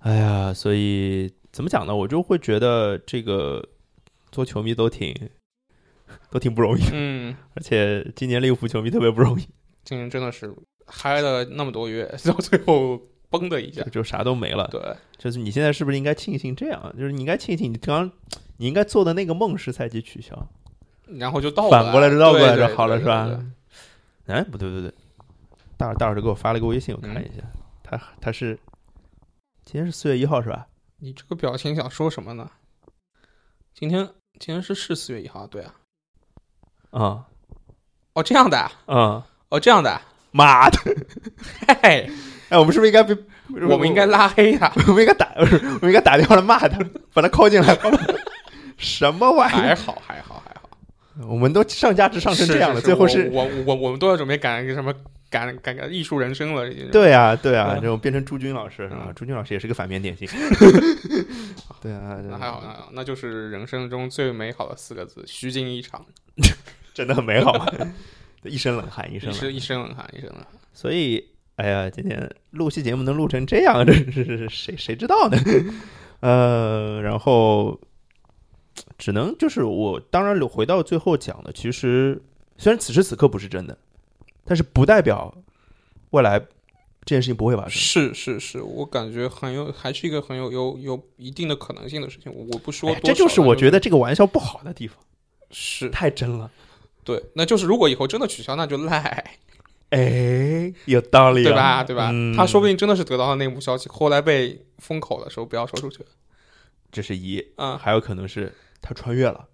[SPEAKER 1] 哎呀，所以怎么讲呢？我就会觉得这个做球迷都挺都挺不容易，
[SPEAKER 2] 嗯，
[SPEAKER 1] 而且今年利物浦球迷特别不容易，
[SPEAKER 2] 今年真的是嗨了那么多月， (laughs) 到最后崩的一下
[SPEAKER 1] 就。就啥都没了。
[SPEAKER 2] 对，
[SPEAKER 1] 就是你现在是不是应该庆幸这样？就是你应该庆幸你刚你应该做的那个梦是赛季取消，
[SPEAKER 2] 然后就倒
[SPEAKER 1] 反过来就倒过来
[SPEAKER 2] 对对
[SPEAKER 1] 就好了
[SPEAKER 2] 对
[SPEAKER 1] 是
[SPEAKER 2] 对
[SPEAKER 1] 吧
[SPEAKER 2] 对
[SPEAKER 1] 哎，不对不对，大耳大耳朵给我发了个微信，我看一下，
[SPEAKER 2] 嗯
[SPEAKER 1] 他他是今天是四月一号是吧？
[SPEAKER 2] 你这个表情想说什么呢？今天今天是是四月一号，对啊。嗯
[SPEAKER 1] 啊、
[SPEAKER 2] 哦，这样的啊，
[SPEAKER 1] 嗯、啊、
[SPEAKER 2] 哦，这样的啊，
[SPEAKER 1] 妈的！
[SPEAKER 2] 嘿，
[SPEAKER 1] 哎，我们是不是应该被
[SPEAKER 2] 我们应该拉黑他。
[SPEAKER 1] (laughs) 我们应该打，我们应该打电话来骂他，把他铐进
[SPEAKER 2] (laughs)
[SPEAKER 1] 来。什么玩意
[SPEAKER 2] 还
[SPEAKER 1] 儿？
[SPEAKER 2] 好，还好，还好，
[SPEAKER 1] 我们都上价值上成这样了，
[SPEAKER 2] 是
[SPEAKER 1] 最后
[SPEAKER 2] 是
[SPEAKER 1] 是
[SPEAKER 2] 我我我我们都要准备赶什么赶赶赶艺术人生了。已经，
[SPEAKER 1] 对啊，对啊，
[SPEAKER 2] 嗯
[SPEAKER 1] 这种变成朱军老师啊
[SPEAKER 2] 嗯，
[SPEAKER 1] 朱军老师也是个反面典
[SPEAKER 2] (laughs)
[SPEAKER 1] 型。对啊，
[SPEAKER 2] 那还好，那还好，那就是人生中最美好的四个字：虚惊一场。
[SPEAKER 1] 真的很美好嘛。啊 (laughs) 一身冷汗，一身冷
[SPEAKER 2] 一
[SPEAKER 1] 汗
[SPEAKER 2] 身一身冷汗，一身冷汗。
[SPEAKER 1] 所以，哎呀，今天录期节目能录成这样，这 (laughs) 是谁谁知道呢？ (laughs) 呃，然后只能就是我，当然回到最后讲的，其实虽然此时此刻不是真的，但是不代表未来这件事情不会发生。
[SPEAKER 2] 是是是，我感觉很有，还是一个很有有有一定的可能性的事情。我不说
[SPEAKER 1] 哎
[SPEAKER 2] 多
[SPEAKER 1] 呀这
[SPEAKER 2] 少、
[SPEAKER 1] 就是我觉得这个玩笑不好的地方，
[SPEAKER 2] 是
[SPEAKER 1] 太真了。
[SPEAKER 2] 对，那就是如果以后真的取消，那就赖，
[SPEAKER 1] 哎，有道理、啊，
[SPEAKER 2] 对吧？对吧？
[SPEAKER 1] 嗯
[SPEAKER 2] 他说不定真的是得到了内幕消息，后来被封口的时候不要说出去
[SPEAKER 1] 这是一，
[SPEAKER 2] 啊、
[SPEAKER 1] 还有可能是他穿越了，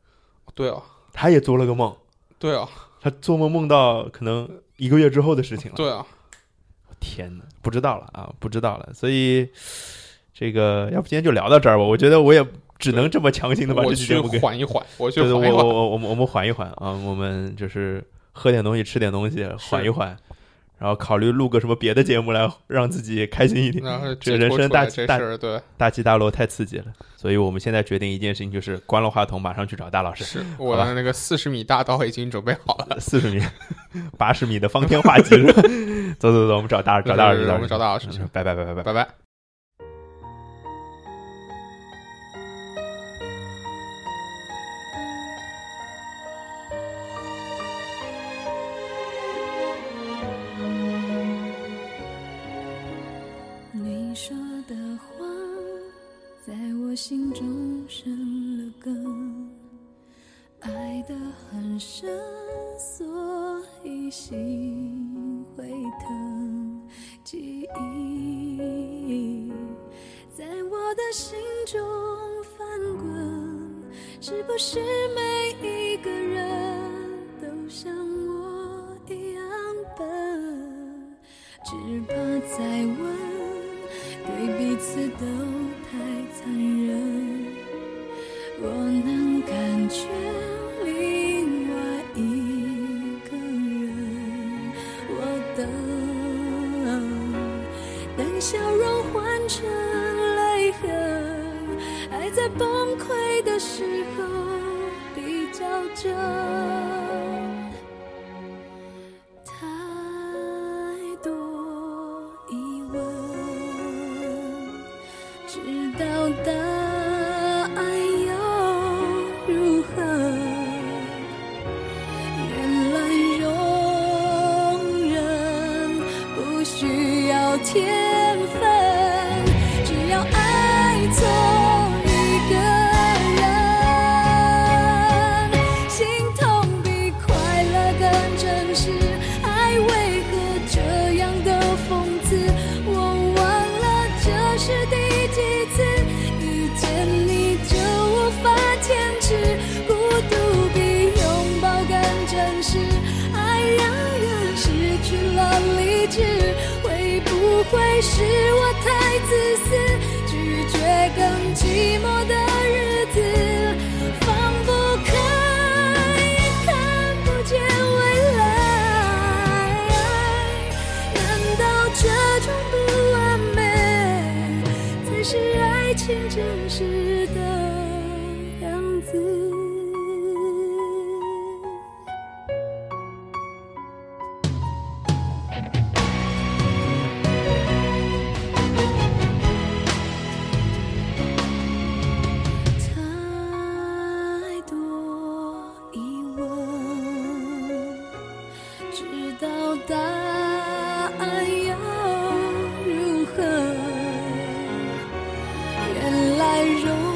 [SPEAKER 2] 对哦，
[SPEAKER 1] 他也做了个梦，
[SPEAKER 2] 对哦，
[SPEAKER 1] 他做梦梦到可能一个月之后的事情了。
[SPEAKER 2] 对哦，
[SPEAKER 1] 天哪，不知道了啊，不知道了。所以这个，要不今天就聊到这儿吧。我觉得我也只能这么强行的把
[SPEAKER 2] 我
[SPEAKER 1] 这期
[SPEAKER 2] 去
[SPEAKER 1] 节目给，
[SPEAKER 2] 缓一缓，我
[SPEAKER 1] (laughs)
[SPEAKER 2] 去
[SPEAKER 1] 对对，我
[SPEAKER 2] 缓一
[SPEAKER 1] 我
[SPEAKER 2] 缓。
[SPEAKER 1] 我我们我们缓一缓啊，我们就是喝点东西，吃点东西，缓一缓，然后考虑录个什么别的节目来让自己开心一点。
[SPEAKER 2] 然后
[SPEAKER 1] 这
[SPEAKER 2] 解
[SPEAKER 1] 人
[SPEAKER 2] 脱
[SPEAKER 1] 生
[SPEAKER 2] 出
[SPEAKER 1] 大
[SPEAKER 2] 来这事
[SPEAKER 1] 大
[SPEAKER 2] 儿，对，
[SPEAKER 1] 大起大落太刺激了，所以我们现在决定一件事情，就是关了话筒，马上去找大老师。
[SPEAKER 2] 是我
[SPEAKER 1] 好
[SPEAKER 2] 的那个四十米大刀已经准备好了。
[SPEAKER 1] 四十米、八十米的方天画戟，是吧走走走，我们找大找大老师，
[SPEAKER 2] 我们找大老师去
[SPEAKER 1] 嗯，拜拜拜拜拜拜。
[SPEAKER 2] 拜拜。
[SPEAKER 4] 你说的话，在我心中生了根，爱得很深，所以心会疼。记忆在我的心中翻滚，是不是每一个人都像我一样笨？只怕再问，对彼此都太残忍。我能感觉另外一个人，我等，等笑容换成泪痕，爱在崩溃的时候比较真。太多疑问，知道答案又如何？原来容忍不需要天分，只要爱错一个人，心痛比快乐更真实。爱为何这样的讽刺？我忘了这是第几次遇见你就无法坚持，孤独比拥抱更真实。爱让人失去了理智，会不会是我太自私？拒绝更寂寞的日子，放不开，也看不见未来。难道这种不完美，才是爱情真实的样子？太多疑问，知道答案又如何？原来容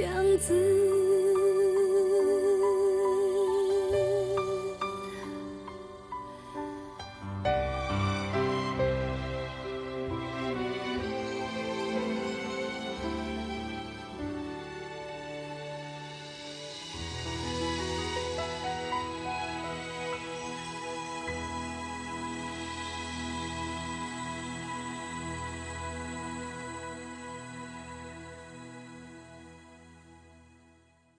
[SPEAKER 4] 样子。